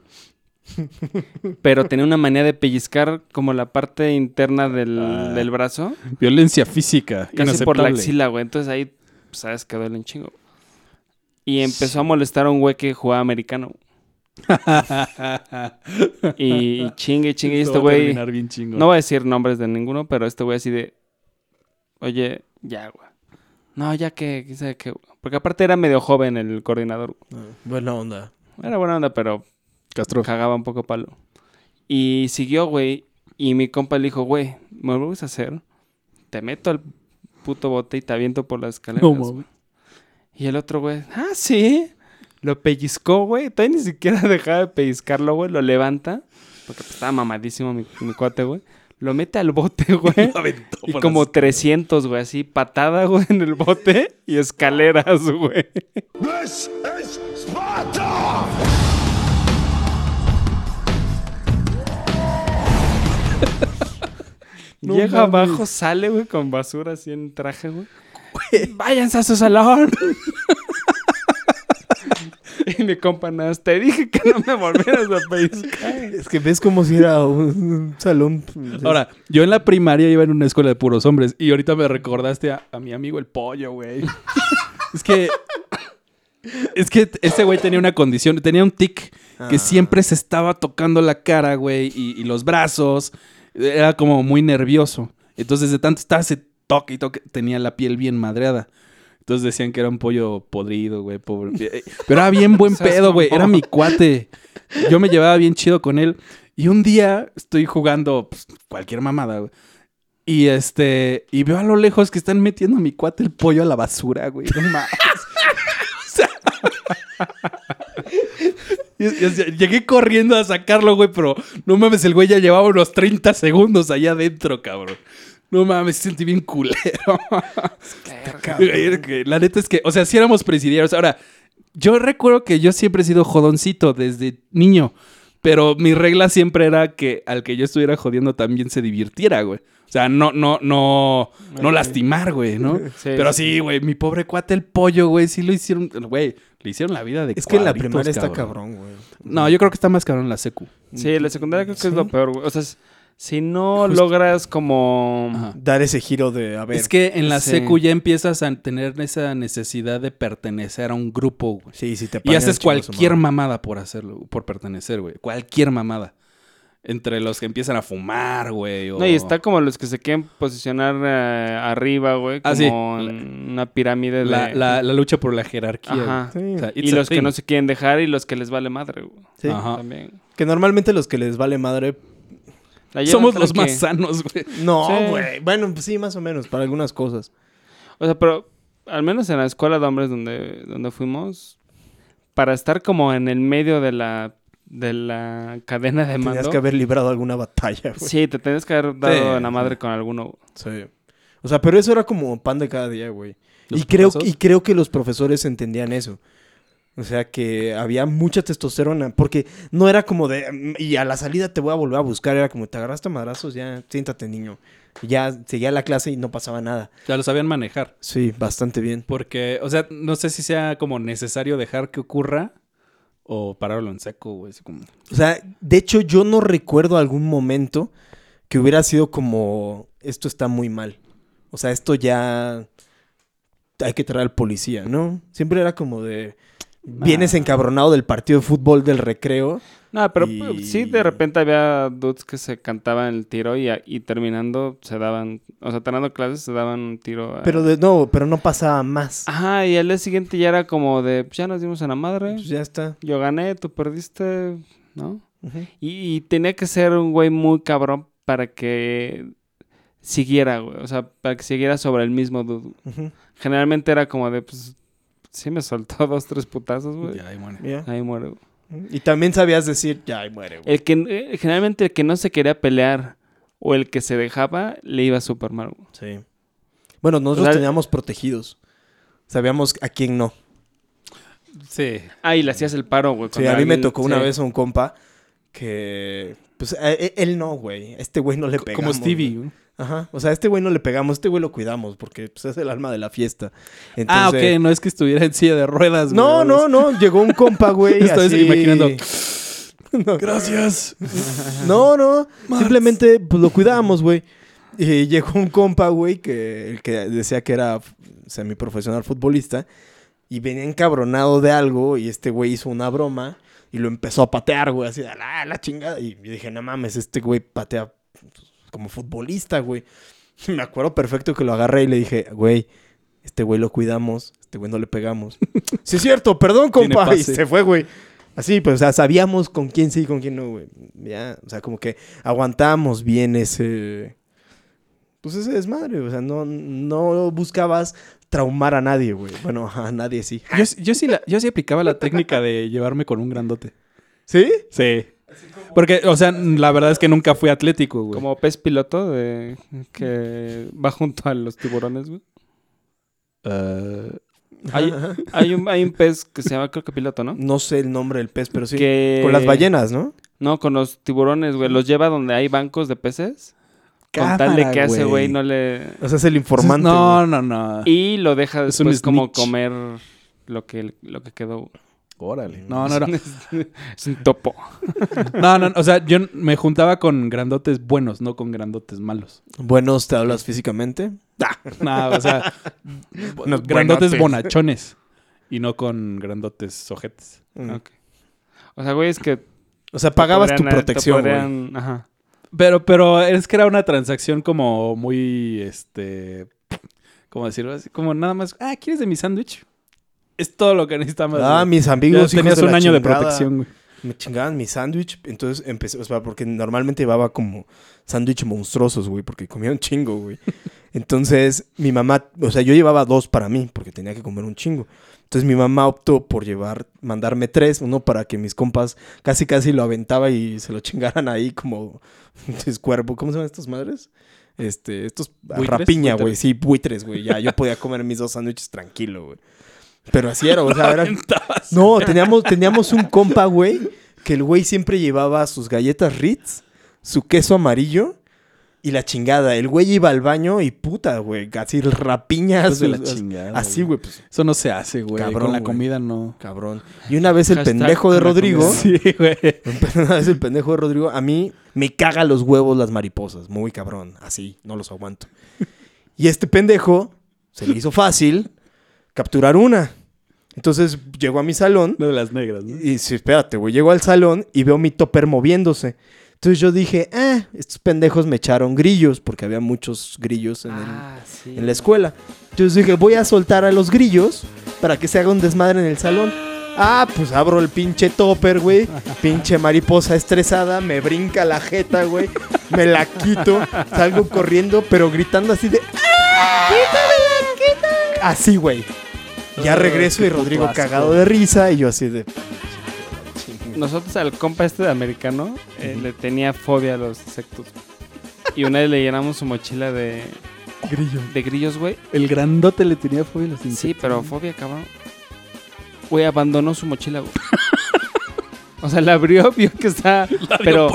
Pero tenía una manía de pellizcar como la parte interna del,
Ah.
del brazo.
Violencia física.
Casi por la
inaceptable.
axila, güey. Entonces ahí, pues, sabes que duele un chingo. Y empezó a molestar a un güey que jugaba americano. y, y chingue, chingue. Y este
va a
güey.
terminar bien chingón.
No voy a decir nombres de ninguno, pero este güey así de. Oye, ya, güey. No, ya que, que sabe qué, güey". Porque aparte era medio joven el coordinador. güey.
Ah, Buena onda.
Era buena onda, pero
Castro.
cagaba un poco palo. Y siguió, güey. Y mi compa le dijo, güey, ¿me lo vas a hacer? Te meto al puto bote y te aviento por las escaleras.
No,
güey".
mames.
y el otro, güey, ah, sí. Lo pellizcó, güey. Todavía ni siquiera dejaba de pellizcarlo, güey. Lo levanta. Porque pues, estaba mamadísimo mi, mi cuate, güey. Lo mete al bote, güey. Y como 300, güey, así, patada, güey, en el bote y escaleras, güey.
No
Llega
mames.
abajo, sale, güey, con basura así en traje, güey. Váyanse a su salón. y mi compa nada, más, te dije que no me volvieras a pellizcar.
Es que ves como si era un, un salón. pues,
Ahora, yo en la primaria iba en una escuela de puros hombres y ahorita me recordaste a, a mi amigo el pollo, güey. es que. Es que ese güey tenía una condición, tenía un tic
Ah.
que siempre se estaba tocando la cara, güey, y, y los brazos. Era como muy nervioso. Entonces, de tanto estar se toque y toque, tenía la piel bien madreada. Entonces decían que era un pollo podrido, güey, pobre. Eh, Pero era bien buen
Seas
pedo, güey. Era
mamón.
mi cuate. Yo me llevaba bien chido con él. Y un día estoy jugando pues, cualquier mamada, güey. Y este, y veo a lo lejos que están metiendo a mi cuate el pollo a la basura, güey. No mames. O sea, y- y- o sea, llegué corriendo a sacarlo, güey, pero no mames, el güey ya llevaba unos 30 segundos allá adentro, cabrón. No mames, sentí bien culero. La neta es que, o sea, si éramos presidiarios. Ahora, yo recuerdo que yo siempre he sido jodoncito desde niño. Pero mi regla siempre era que al que yo estuviera jodiendo también se divirtiera, güey. O sea, no, no, no, no lastimar, güey, ¿no?
Sí,
Pero
sí,
sí, güey, mi pobre cuate el pollo, güey, sí lo hicieron, güey, le hicieron la vida de
Es que la
cuadritos,
primaria está cabrón, güey.
No, yo creo que está más cabrón la secu.
Sí, la secundaria creo que es lo peor, güey. O sea, si no logras como...
Ajá.
Dar ese giro de, a ver.
Es que en la
sí.
secu ya empiezas a tener esa necesidad de pertenecer a un grupo, güey.
Sí, sí, te
Y
apañan
haces
el chingo su
cualquier
madre.
mamada por hacerlo, por pertenecer, güey. Cualquier mamada. Entre los que empiezan a fumar, güey. o-
No, y está como los que se quieren posicionar eh, arriba, güey, como
Ah, sí.
en una pirámide de...
la, la- la lucha por la jerarquía.
Ajá.
güey.
Sí.
sea,
Y
it's a
los que
thing.
no se quieren dejar y los que les vale madre, güey.
Sí.
Ajá.
También.
Que normalmente los que les vale madre.
Ayer
Somos
otra
los
que-
más sanos, güey.
No,
Sí.
güey. Bueno, pues sí, más o menos, para algunas cosas.
O sea, pero al menos en la escuela de hombres donde, donde fuimos, para estar como en el medio de la, de la cadena de
Tenías
mando...
que haber librado alguna batalla, güey.
Sí, te tenías que haber dado
Sí,
la madre con alguno.
Sí. O sea, pero eso era como pan de cada día, güey.
¿Los
Y creo,
putazos?
y creo que los profesores entendían eso. O sea, que había mucha testosterona. Porque no era como de. "Mm, Y a la salida te voy a volver a buscar. Era como, te agarraste a madrazos, ya, siéntate, niño. Y ya seguía la clase y no pasaba nada.
Ya lo sabían manejar.
Sí, bastante bien.
Porque, o sea, no sé si sea como necesario dejar que ocurra o pararlo en seco, güey. así como-
O sea, de hecho, yo no recuerdo algún momento que hubiera sido como. Esto está muy mal. O sea, esto ya. Hay que traer al policía, ¿no? Siempre era como de. Vienes encabronado del partido de fútbol del recreo.
No, pero
Y-
pues, sí, de repente había dudes que se cantaban el tiro y, a- y terminando se daban, o sea, terminando clases se daban un tiro. a-
Pero de, no, pero no pasaba más.
Ajá, y al día siguiente ya era como de, "Pues, ya nos dimos en la madre,
Pues ya está.
yo gané, tú perdiste, ¿no?
Ujú.
Y, y tenía que ser un güey muy cabrón para que siguiera, güey, o sea, para que siguiera sobre el mismo dude. güey.
Ujú.
Generalmente era como de, pues, sí me soltó dos, tres putazos, güey.
Ya, ahí muere.
Ya.
Ahí muero, güey.
Y también sabías decir, ya, ahí muere, güey.
El que eh, generalmente el que no se quería pelear o el que se dejaba le iba súper mal. güey.
Sí. Bueno, nosotros
O sea,
teníamos protegidos. Sabíamos a quién no.
Sí.
Ah, y le hacías el paro, güey.
Sí,
cuando
a mí me
alguien-
tocó una
sí.
vez a un compa que. Pues a- e- él no, güey. A Este güey no le pegamos.
Como Stevie.
güey.
güey.
Ajá. O sea, a este güey no le pegamos, a este güey lo cuidamos porque pues, es el alma de la fiesta.
Ah,
Entonces-
ok, no es que estuviera en silla de ruedas, güey.
No, no, no. Llegó un compa, güey.
Estoy
así-
imaginando.
No.
Gracias.
No, no. Simplemente pues, lo cuidábamos, güey. Y llegó un compa, güey, que, el que decía que era f- semiprofesional futbolista. y venía encabronado de algo y este güey hizo una broma y lo empezó a patear, güey, así, a la, la chingada. Y yo dije, no mames, este güey patea pues, como futbolista, güey. Y Me acuerdo perfecto que lo agarré y le dije, güey, este güey lo cuidamos, este güey no le pegamos. sí, es cierto, perdón,
Tiene
compa. Y
pase.
se fue, güey. Así, pues, o sea, sabíamos con quién sí y con quién no, güey. Ya, o sea, como que aguantábamos bien ese. Pues ese desmadre, o sea, no, no buscabas traumar a nadie, güey. Bueno, a nadie sí.
Yo, yo sí la- yo sí aplicaba la técnica de llevarme con un grandote.
¿Sí?
Sí. Porque, o sea, la verdad es que nunca fui atlético, güey.
Como pez piloto de que va junto a los tiburones, güey.
Eh,
Hay, hay un, hay un pez que se llama, creo que piloto, ¿no?
No sé el nombre del pez, pero sí.
Que...
Con las ballenas, ¿no?
No, con los tiburones, güey. Los lleva donde hay bancos de peces. Con tal de
Cámara,
que hace,
güey.
güey, no le...
O sea, es el informante.
no,
güey.
no, no.
Y lo deja
Es un
después como
snitch.
comer lo que, lo que quedó.
Órale. No, no, no.
Es un topo.
No, no, no, o sea, yo n- me juntaba con grandotes buenos, no con grandotes malos.
Buenos, ¿te hablas físicamente?
No, o sea,
Unos
grandotes
buenotes.
bonachones y no con grandotes ojetes.
Ok. O sea, güey, es que... te
Mm. O sea, pagabas
eh,
tu
podrían- eh, te
protección, güey.
podrían- Ajá.
Pero, pero es que era una transacción como muy, este, ¿cómo decirlo? Así como nada más, ah, ¿quieres de mi sándwich? Es todo lo que necesitamos.
Ah,
güey.
mis
Ya
amigos. hijos
tenías
de
un
la
año de
chingada.
protección, güey.
Me chingaban mi sándwich. Entonces empecé, o sea, porque normalmente llevaba como sándwich monstruosos, güey, porque comía un chingo, güey. Entonces mi mamá, o sea, yo llevaba dos para mí, porque tenía que comer un chingo. Entonces mi mamá optó por llevar, mandarme tres, uno para que mis compas casi casi lo aventaba y se lo chingaran ahí como es cuervo. ¿Cómo se llaman estas madres? Este, estos
¿Buitres?
rapiña, güey.
Buitres.
Sí, buitres, güey. Ya, yo podía comer mis dos sándwiches tranquilo, güey. Pero así era, o sea, era... No, teníamos, teníamos un compa, güey, que el güey siempre llevaba sus galletas Ritz, su queso amarillo y la chingada. El güey iba al baño y puta, güey, así rapiñas.
Hijos de la
sus-
chingada,
Así, güey, pues,
Eso no se hace, güey.
Cabrón,
con la
güey.
comida no.
cabrón. Y una vez el
Hashtag
pendejo de
con la
Rodrigo...
comida.
Sí, güey.
Una vez el pendejo de Rodrigo, a mí me caga los huevos las mariposas, muy cabrón, así, no los aguanto. Y este pendejo se le hizo fácil capturar una. Entonces llegó a mi salón
Una de las negras, ¿no?
y sí, espérate, güey, llego al salón y veo mi topper moviéndose. Entonces yo dije, ah, estos pendejos me echaron grillos porque había muchos grillos en, el-
sí.
en la escuela. Entonces dije, voy a soltar a los grillos para que se haga un desmadre en el salón. Ah, pues abro el pinche topper, güey. Pinche mariposa estresada, me brinca la jeta, güey. Me la quito, salgo corriendo, pero gritando así de... "¡Ah! ¡Quítamela, quítamela!". Así, güey. Ya regreso y Rodrigo cagado de risa y yo así de...
Nosotros al compa este de americano eh, le tenía fobia a los insectos. Y una vez le llenamos su mochila de,
Grillo.
de grillos, güey.
El grandote le tenía fobia a los
Sí,
insectos.
pero fobia, cabrón. Güey, abandonó su mochila, güey. O sea, la abrió, vio que está... Pero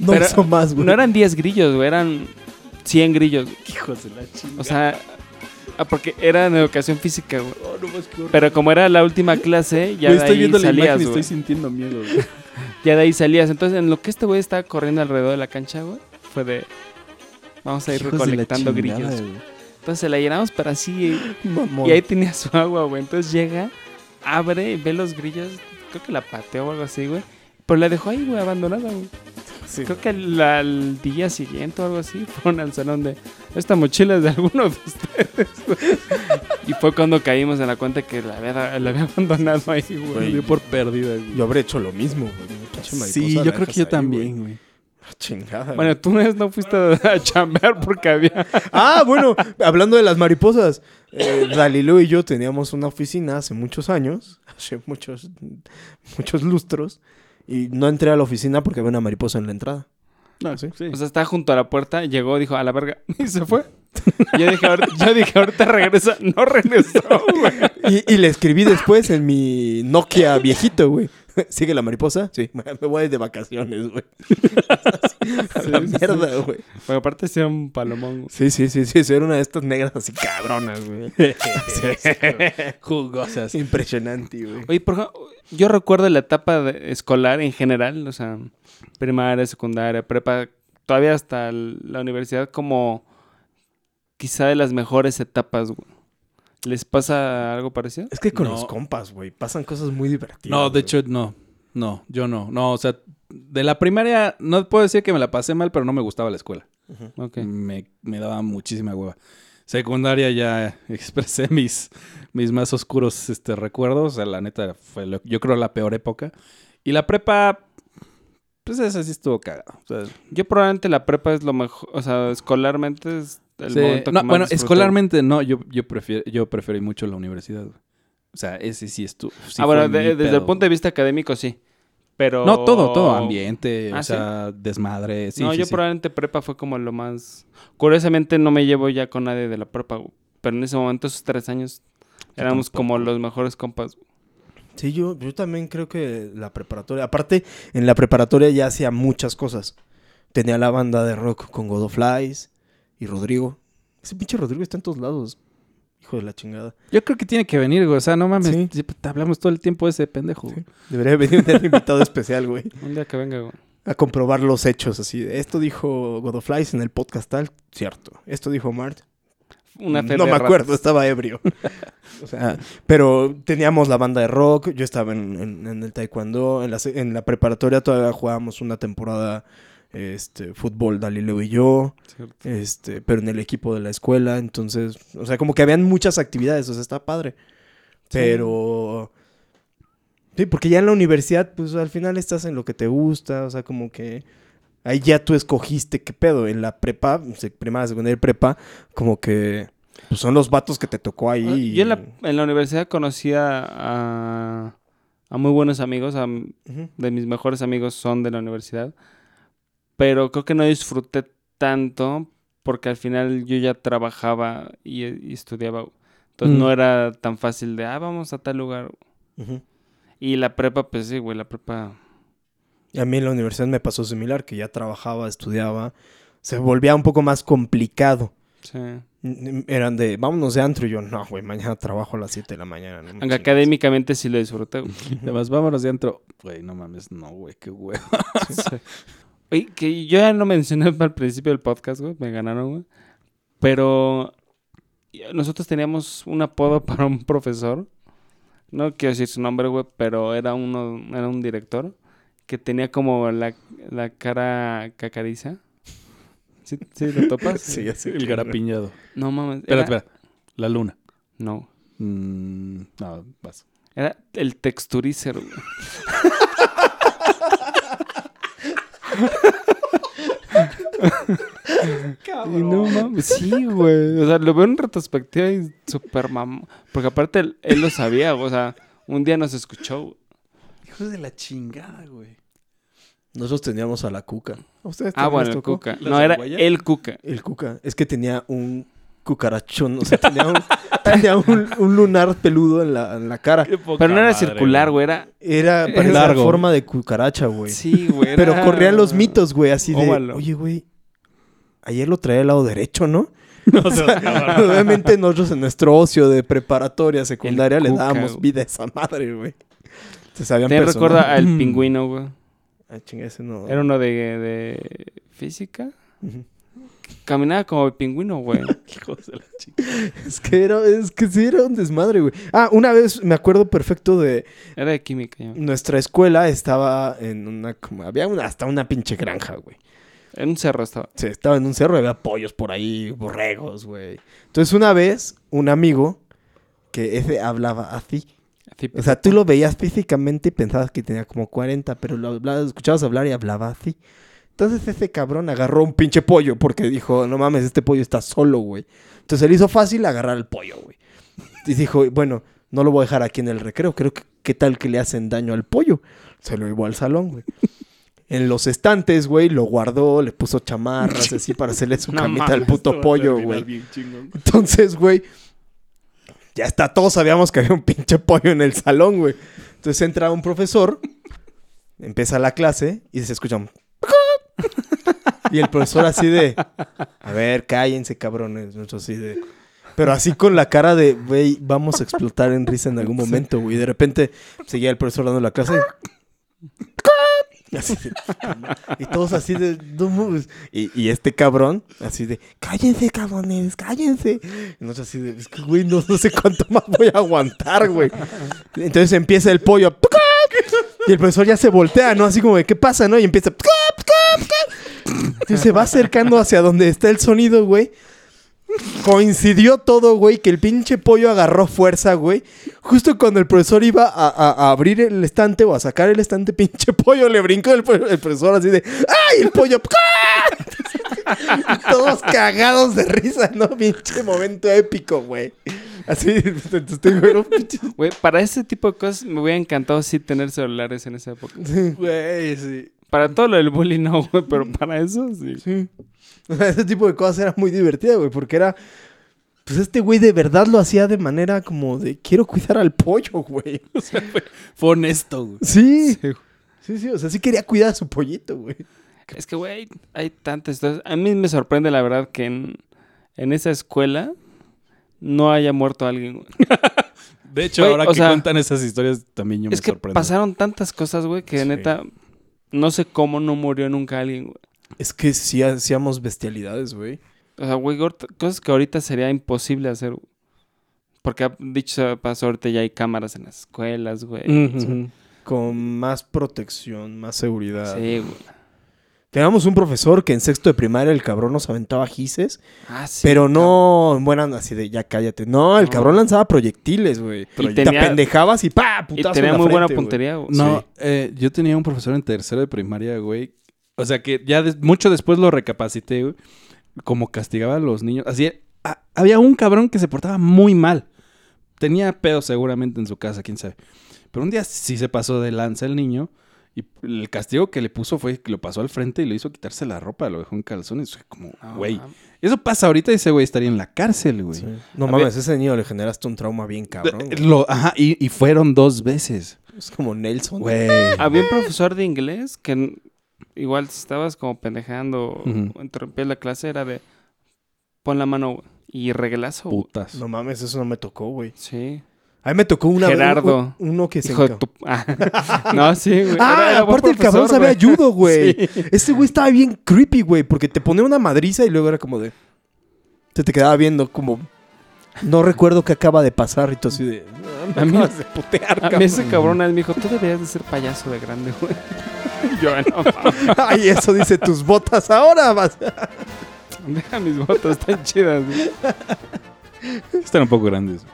No
Pero
hizo más, güey.
no eran 10 grillos, güey. Eran 100 grillos.
Hijos de la chingada.
O sea... ah, porque era en educación física, güey.
Oh,
Pero como era la última clase, ya
Güey,
de
estoy
ahí
viendo la
salías,
imagen y
güey.
estoy sintiendo miedo, güey.
Ya de ahí salías. Entonces, en lo que este güey estaba corriendo alrededor de la cancha, güey, fue de. Vamos a ir
Hijos de la
recolectando
chingada,
grillos.
güey.
Entonces se la llenamos para así.
Mamón.
Y ahí tenía su agua, güey. Entonces llega, abre, ve los grillos. Creo que la pateó o algo así, güey. Pero la dejó ahí, güey, abandonada, güey.
Sí.
Creo que al, al día siguiente o algo así, fueron al salón de. Esta mochila es de alguno de ustedes, güey". Y fue cuando caímos en la cuenta que la había, la había abandonado ahí,
Me
güey.
dio por perdida, güey.
Yo habré hecho lo mismo, güey. Pinche mariposa
Sí,
la
yo creo que
dejas
yo
ahí, güey.
también, güey.
Ah, Chingada. güey.
Bueno, tú una vez no fuiste a, a chambear porque había.
Ah, bueno, hablando de las mariposas, eh, Dalilo y yo teníamos una oficina hace muchos años, hace muchos, muchos lustros, y no entré a la oficina porque había una mariposa en la entrada.
No, sí.
O sea, estaba junto a la puerta, llegó, dijo, a la verga, y se fue. Yo dije, ahorita, yo dije, ahorita regresa. No regresó, güey.
Y, y le escribí después en mi Nokia viejito, güey. ¿Sigue la mariposa? Sí, me voy de vacaciones, güey. A la mierda, güey.
Pero aparte sí era un palomón. güey.
Sí, sí, sí, sí, sí, era una de estas negras así cabronas, güey.
Jugosas.
Impresionante, güey.
Oye, por ejemplo, yo recuerdo la etapa de- escolar en general, o sea, primaria, secundaria, prepa, todavía hasta l- la universidad como quizá de las mejores etapas, güey. ¿Les pasa algo parecido?
Es que con
No.
los compas, güey, pasan cosas muy divertidas.
No, de
güey.
hecho, no. No, yo no. No, o sea, de la primaria no puedo decir que me la pasé mal, pero no me gustaba la escuela.
Ok.
Me, me daba muchísima hueva. Secundaria ya expresé mis, mis más oscuros este, recuerdos. O sea, la neta fue, lo- yo creo, la peor época. Y la prepa, pues esa sí estuvo cagada. O sea,
Yo probablemente la prepa es lo mejor, o sea, escolarmente es el
Sí,
momento que
no,
más
bueno,
disfruté.
escolarmente no, yo, yo, prefiero, yo preferí mucho la universidad. güey. O sea, ese sí estuvo. sí
ah, bueno,
fue
de-
mi
desde el
pedo.
punto de vista académico sí, pero...
No, todo, todo, ambiente,
Ah,
o
¿sí?
sea, desmadre. Sí,
no,
sí,
yo
sí.
probablemente prepa fue como lo más... Curiosamente no me llevo ya con nadie de la prepa, güey, pero en ese momento, esos tres años, éramos como los mejores compas. güey.
Sí, yo, yo también creo que la preparatoria. Aparte, en la preparatoria ya hacía muchas cosas. Tenía la banda de rock con Godoflies y Rodrigo. Ese pinche Rodrigo está en todos lados. Hijo de la chingada.
Yo creo que tiene que venir, güey. O sea, no mames,
Sí.
siempre te hablamos todo el tiempo de ese pendejo. güey.
Debería venir un invitado especial, güey.
Un día que venga, güey.
A comprobar los hechos, así. de, Esto dijo Godoflies en el podcast tal. Cierto. Esto dijo Mart.
Una fe
Mm, no
de
me
ratas.
acuerdo, estaba ebrio. o sea, pero teníamos la banda de rock, yo estaba en, en- en el taekwondo, en la, se- en la preparatoria todavía jugábamos una temporada este fútbol Dalileo y yo,
Cierto.
este, pero en el equipo de la escuela, entonces, o sea, como que habían muchas actividades, o sea, está padre. Pero sí, porque ya en la universidad pues al final estás en lo que te gusta, o sea, como que ahí ya tú escogiste qué pedo, en la prepa, se- primaria, secundaria, prepa, como que pues, son los vatos que te tocó ahí.
Ah,
y-
Yo en la, en la universidad conocí a, a, a muy buenos amigos, a, m-
Ujú.
de mis mejores amigos son de la universidad, pero creo que no disfruté tanto porque al final yo ya trabajaba y, y estudiaba. Entonces
Mm.
no era tan fácil de, ah, vamos a tal lugar.
Ujú.
Y la prepa, pues sí, güey, la prepa.
Y A mí en la universidad me pasó similar, que ya trabajaba, estudiaba, se volvía un poco más complicado.
sí.
N- Eran de, vámonos de antro. Y yo, no, güey, mañana trabajo a las 7 de la mañana. no me
Aunque
chingues".
académicamente sí lo disfruté. güey.
Además, vámonos de antro. Güey, no mames, no, güey, qué huevo.
Oye, que yo ya no mencioné al principio del podcast, güey. Me ganaron, güey. Pero nosotros teníamos un apodo para un profesor. No quiero decir su nombre, güey, pero era uno, era un director que tenía como la, la cara cacariza. ¿Sí, sí lo topas?
Sí, ya sé
El
quién, güey.
garapiñado.
No mames.
Espera,
era-
espera. La luna.
No.
Mm, no, vas.
Era el texturizer, güey. Y no mames, Pues sí, güey. O sea, lo veo en retrospectiva y súper mamón. Porque aparte él, él lo sabía, o sea, un día nos escuchó. güey.
Hijos de la chingada, güey.
Nosotros teníamos a la cuca. ¿A ustedes
Ah,
también
bueno,
les
el
¿Este tocó?
Cuca.
¿La
No, era
zarigüeya?
el Cuca.
El cuca. Es que tenía un cucarachón, o sea, tenía un, tenía un, un lunar peludo en la, en la cara.
Pero no era circular, güey, era...
Era
Es
parecía
largo.
forma de cucaracha, güey.
Sí, güey.
Pero
era-
corrían los mitos, güey, así de,
Óvalo.
oye, güey, ayer lo traía al lado derecho, ¿no?
No se
Obviamente nosotros en nuestro ocio de preparatoria secundaria
El
le
Cuca,
dábamos
güey.
vida a esa madre, güey. Se sabían
Te recuerda
personajes.
al pingüino, güey.
Ah, chinga, ese no.
Era uno de, de física.
Ujú.
Caminaba como el pingüino, güey.
Hijos de la chingada.
Es que era, es que sí era un desmadre, güey. Ah, una vez me acuerdo perfecto de
Era de química, ya.
Nuestra escuela estaba en una. como- había una- hasta una pinche granja, güey.
En un cerro estaba.
O sea, estaba en un cerro, había pollos por ahí, borregos, güey. Entonces, una vez, un amigo que ese hablaba así.
Así,
O sea, tú lo veías físicamente y pensabas que tenía como 40, pero lo hablabas- escuchabas hablar y hablaba así. Entonces ese cabrón agarró un pinche pollo porque dijo, no mames, este pollo está solo, güey. Entonces se le hizo fácil agarrar el pollo, güey. Y dijo, bueno, no lo voy a dejar aquí en el recreo, creo que qué tal que le hacen daño al pollo. Se lo llevó al salón, güey. En los estantes, güey, lo guardó, le puso chamarras así para hacerle su
No
camita al
mames,
puto pollo, güey. Entonces, güey, ya está, todos sabíamos que había un pinche pollo en el salón, güey. Entonces entra un profesor, empieza la clase y se escucha un Y el profesor así de, a ver, cállense, cabrones. Nosotros así de... Pero así con la cara de, güey, vamos a explotar en risa en algún momento, güey. Y de repente seguía el profesor dando la clase. y- Así de- y todos así de... "No mames". Y, y este cabrón, así de... Cállense, cabrones, cállense. Y nosotros así de... "Es que, güey, no, no sé cuánto más voy a aguantar, güey. Entonces empieza el pollo. "Pucac". Y el profesor ya se voltea, ¿no? Así como de, ¿qué pasa, no? Y empieza... "Pucac, pucac, pucac". Entonces se va acercando hacia donde está el sonido, güey. Coincidió todo, güey, que el pinche pollo agarró fuerza, güey. Justo cuando el profesor iba a, a- a abrir el estante o a sacar el estante, pinche pollo le brincó el, pro- el profesor así de ¡Ay, el pollo! Y Todos cagados de risa, ¿no? Pinche momento épico, güey. Así, entonces te digo, era un pinche-
Güey, para ese tipo de cosas me hubiera encantado sí tener celulares en esa época.
Güey, sí.
Para todo lo del bullying no, güey, pero para eso sí.
Sí. O sea, ese tipo de cosas era muy divertida, güey, porque era. Pues este güey de verdad lo hacía de manera como de quiero cuidar al pollo, güey.
Fue honesto, güey.
Sí. Sí, sí, o sea, sí quería cuidar a su pollito, güey.
Es que, güey, hay tantas historias. A mí me sorprende la verdad que en, en esa escuela no haya muerto alguien. güey.
De hecho,
Güey,
ahora
o
que
sea,
cuentan esas historias, también yo me
Es que
sorprendo.
pasaron tantas cosas, güey, que neta no sé cómo no murió nunca alguien, güey.
Es que sí hacíamos bestialidades, güey.
O sea, güey, gort- cosas que ahorita sería imposible hacer. güey. Porque ha- dicho sea paso, ahorita ya hay cámaras en las escuelas, güey.
Ujú.
Con más protección, más seguridad.
Sí, güey.
Teníamos un profesor que en sexto de primaria el cabrón nos aventaba gises,
Ah, sí,
pero no en buena onda, así de ya cállate. No, el
No.
cabrón lanzaba proyectiles, güey.
Y
Te
tenía-
apendejabas y ¡pa!
Y
Putazo
tenía
en la
muy buena
frente, güey.
puntería, güey.
No, eh, yo tenía un profesor en tercero de primaria, güey. O sea que ya des- mucho después lo recapacité, güey. Como castigaba a los niños. Así, a- había un cabrón que se portaba muy mal. Tenía pedo seguramente en su casa, quién sabe. Pero un día sí se pasó de lanza el niño. Y el castigo que le puso fue que lo pasó al frente y lo hizo quitarse la ropa, lo dejó en calzones. Fue como,
No,
güey.
mames.
Eso pasa ahorita y ese güey estaría en la cárcel, güey.
Sí. No
A
mames, a ese niño le generaste un trauma bien cabrón.
Eh,
güey.
lo- ajá, y, y fueron dos veces.
Es como Nelson.
Güey.
Ah,
Había un profesor de inglés que n- igual si estabas como pendejando o
Ujú.
interrumpías la clase era de pon la mano güey, y reglazo. güey.
Putas.
No mames, eso no me tocó, güey.
Sí.
A mí me tocó una vez
Gerardo.
un- uno que se
Hijo de
enca-
tu... Ah. no, sí, güey.
Ah,
Era- era buen
aparte el cabrón
profesor,
sabía
güey.
judo, güey.
Sí.
Este güey estaba bien creepy, güey, porque te ponía una madriza y luego era como de. Se te quedaba viendo como. No recuerdo qué acaba de pasar y tú así de. "No, me
A mí-
acabas de putear,
A mí ese cabrón una vez me dijo, tú deberías de ser payaso de grande, güey. Y Yo, no, mames,
Ay, eso dice tus botas ahora. vas".
deja mis botas tan chidas, güey.
Están un poco grandes.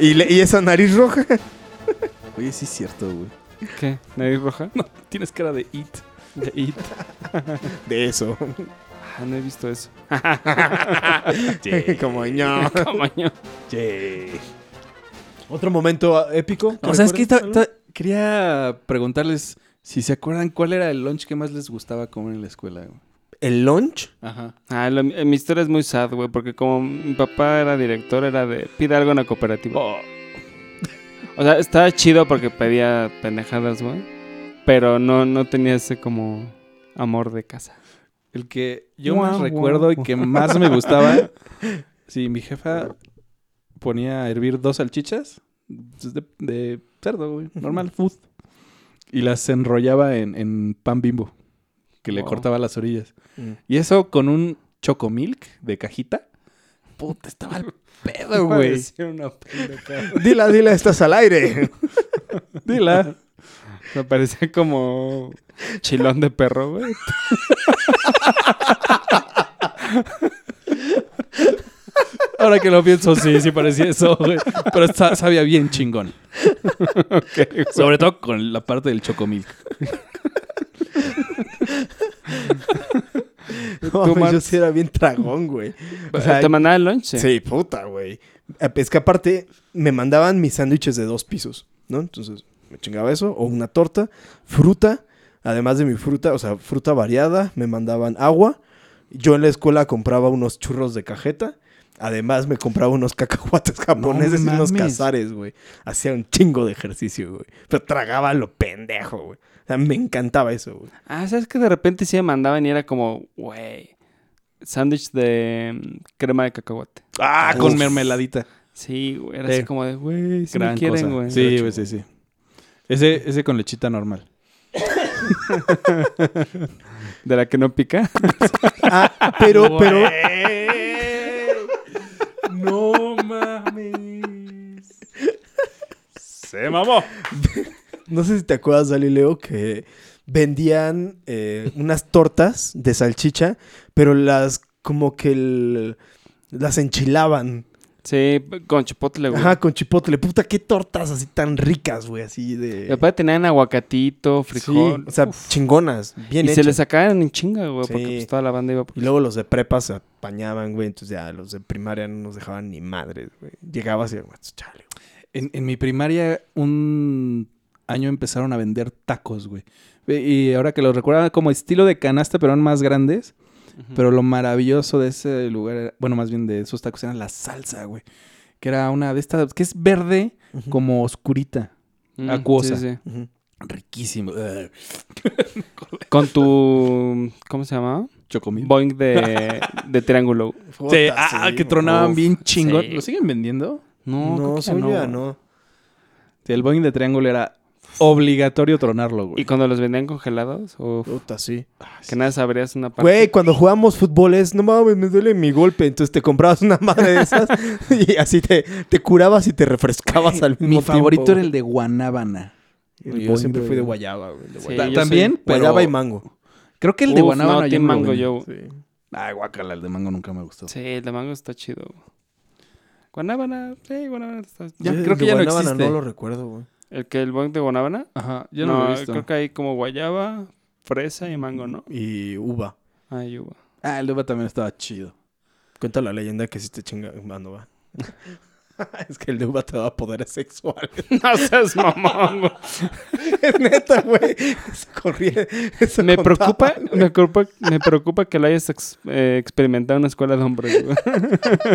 Y, le- y esa nariz roja.
Oye, sí es cierto, güey.
¿Qué? ¿Nariz roja?
No, tienes cara de it.
De it.
De eso.
Ah, no he visto eso.
como ño.
Tamaño.
Otro momento ah, épico.
O sea, es que
recuerdes,
ta-
Alan?
ta- quería preguntarles si se acuerdan cuál era el lunch que más les gustaba comer en la escuela, güey.
el lunch.
Ajá.
Ah, lo- eh, mi historia es muy sad, güey, porque como mi papá era director, era de pide algo en la cooperativa.
Oh.
O sea, estaba chido porque pedía pendejadas, güey, pero no, no tenía ese como amor de casa.
El que yo
Guau,
más
guau.
recuerdo y que más me gustaba. sí, mi jefa ponía a hervir dos salchichas pues, de, de cerdo, güey. Normal, food. Y las enrollaba en, en pan bimbo. Que le
Wow.
cortaba las orillas.
Mm.
Y eso con un chocomilk de cajita. Puta, estaba al pedo,
Iba a
güey.
decir una pendejada.
Dila, dila, estás al aire.
Dila.
Me parecía como chilón de perro, güey.
Ahora que lo pienso, sí, sí parecía eso, güey. Pero sa- sabía bien chingón. Sobre todo con la parte del chocomilk.
No, mames, yo
Marx.
sí era bien tragón, güey. O sea,
¿Te mandaba el lunch? eh.
sí, puta, güey. Eh, Es que aparte me mandaban mis sándwiches de dos pisos, ¿no? Entonces me chingaba eso, o una torta, fruta, además de mi fruta, o sea, fruta variada, me mandaban agua. Yo en la escuela compraba unos churros de cajeta. Además me compraba unos cacahuates japoneses y unos
mames.
cazares, güey. Hacía un chingo de ejercicio, güey. Pero tragaba lo pendejo, güey. O sea, me encantaba eso, güey.
Ah, ¿sabes que de repente sí me mandaban y era como, güey, sándwich de mm, crema de cacahuate?
Ah,
Uf.
con mermeladita.
Sí, güey, era
Eh,
así como de, güey, si me
Gran
quieren,
cosa.
güey.
Sí, güey, sí, sí. Ese, ese con lechita normal.
De la que no pica.
Ah, pero, pero.
No mames. Se mamó.
No sé si te acuerdas, Galileo, que vendían eh, unas tortas de salchicha, pero las como que el- las enchilaban.
Sí, con chipotle, güey.
Ajá, con chipotle. Puta, qué tortas así tan ricas, güey, así
Y
de...
aparte tenían aguacatito, frijol.
o sea,
Uf.
chingonas, bien
y se
hechas.
les sacaban en chinga, güey, porque
Sí.
pues, toda la banda iba por...
Y luego los de prepa se apañaban, güey, entonces ya los de primaria no nos dejaban ni madres, güey. Llegabas y "Pues, chale, güey".
En, en mi primaria, un año empezaron a vender tacos, güey. Ve- Y ahora que lo recuerdan como estilo de canasta, pero eran más grandes. Pero lo maravilloso de ese lugar, era- bueno, más bien de esos tacos, era la salsa, güey. Que era una de estas, que es verde, como oscurita.
Mm,
acuosa.
sí, sí.
Ujú.
Riquísimo. Ugh.
Con tu... ¿Cómo se llamaba?
Chocomil.
Boing de, de triángulo.
Sí,
Puta,
ah,
sí,
que
güey.
tronaban
Uf,
bien chingón.
sí.
¿Lo siguen vendiendo?
No, creo
No,
que ya
soy
no,
ya
güey.
no.
Sí, el Boeing de triángulo era obligatorio tronarlo, güey.
Y cuando los vendían congelados, o
Puta, sí.
que nada sabrías una parte.
Güey, cuando jugamos fútbol es, no mames, me duele mi golpe. Entonces te comprabas una madre de esas y así te, te curabas y te refrescabas al mismo
Mi favorito
tiempo,
era el de guanábana.
güey.
el
Yo
Boing
siempre
de-
fui de guayaba, güey. de
Sí,
guayaba.
yo soy-
También, pero...
Guayaba y mango.
Creo que el de
Uf,
guanábana
no,
yo
Team
no lo
mango
vendí.
yo.
Ay, guácala, el de mango nunca me gustó.
Sí, el de mango está chido. güey. Guanábana, sí, guanábana está...
Ya,
Yo
creo
el
que
de
ya no
guanábana
existe.
No lo recuerdo, güey.
¿El que el boing de guanábana?
Ajá, yo no, lo he visto.
creo que hay como guayaba, fresa y mango, ¿no?
Y uva.
Ay, uva.
Ah, el de uva también estaba chido.
Cuenta la leyenda que sí te chinga. Ah, no va. es que el de uva te daba poderes sexuales.
No seas mamón, güey.
es neta, güey. Eso corría. eso
Me
contaba,
preocupa,
güey.
me preocupa, me preocupa que lo hayas ex- eh, experimentado en una escuela de hombres, güey.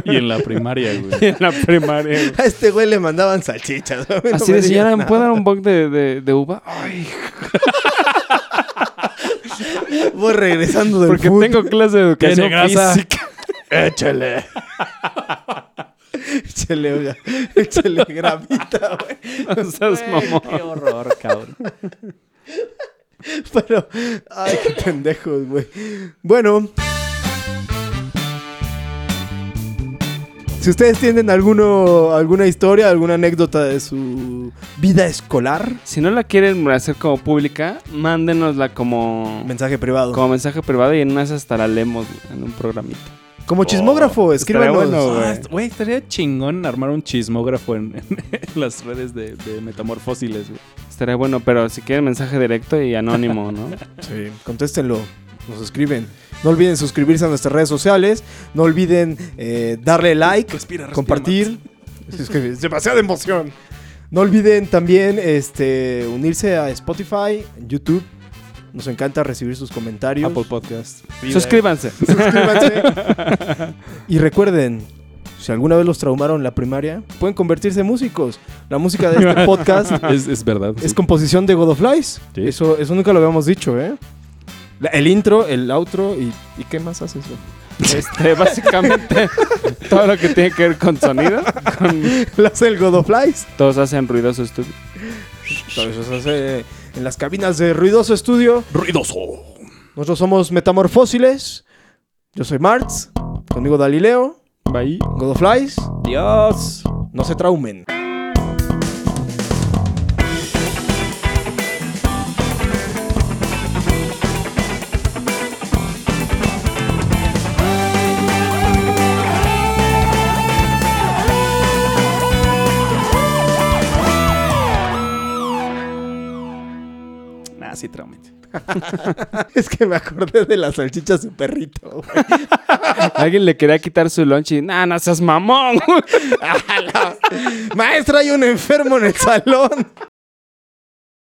Y en la primaria, güey.
en la primaria, güey.
A este güey le mandaban salchichas. güey, no
Así
me digas
de, señora, ¿me
nada".
puede dar un bug de, de, de uva? Ay,
Voy regresando del
porque
fútbol.
tengo clase de educación
Tiene grasa.
física.
Échale. échale, oiga. Échale gravita, güey.
No seas mamón.
horror, cabrón.
Pero, ay, qué pendejos, güey. Bueno. Si ustedes tienen alguno, alguna historia, alguna anécdota de su vida escolar,
Si no la quieren hacer como pública, mándenosla como,
mensaje privado.
como mensaje privado y en una de esas hasta la leemos güey, en un programita.
Como chismógrafo,
estaría
escríbanos.
bueno,
Ah, est- Güey, estaría chingón armar un chismógrafo en, en las redes de, de metamorfósiles, güey.
Estaría bueno, pero si quieren mensaje directo y anónimo, ¿no?
Sí, contéstenlo. Nos escriben. No olviden suscribirse a nuestras redes sociales. No olviden eh, darle like, compartir. Es que es demasiada emoción. No olviden también este, unirse a Spotify, YouTube. Nos encanta recibir sus comentarios.
Apple Podcast.
Suscríbanse.
Suscríbanse. y recuerden, si alguna vez los traumaron en la primaria, pueden convertirse en músicos. La música de este podcast
Es, es verdad.
es composición de God of Lies.
Sí.
Eso, eso nunca lo habíamos dicho, ¿eh? La- el intro, el outro y, y ¿qué más haces? güey?
Este, básicamente, todo lo que tiene que ver con sonido, con-
Lo hace el God of Lies.
todos hacen ruidoso estúpido.
Todo eso se hace en las cabinas de Ruidoso Estudio.
ruidoso.
Nosotros somos Metamorfósiles. Yo soy Martz. Conmigo Dalileo.
Bye.
God of Lies.
Dios.
No se traumen.
Nah, sí, traumente.
Es que me acordé de las salchichas de perrito. güey.
Alguien le quería quitar su lunch y, nah, no seas mamón.
Maestra, hay un enfermo en el salón.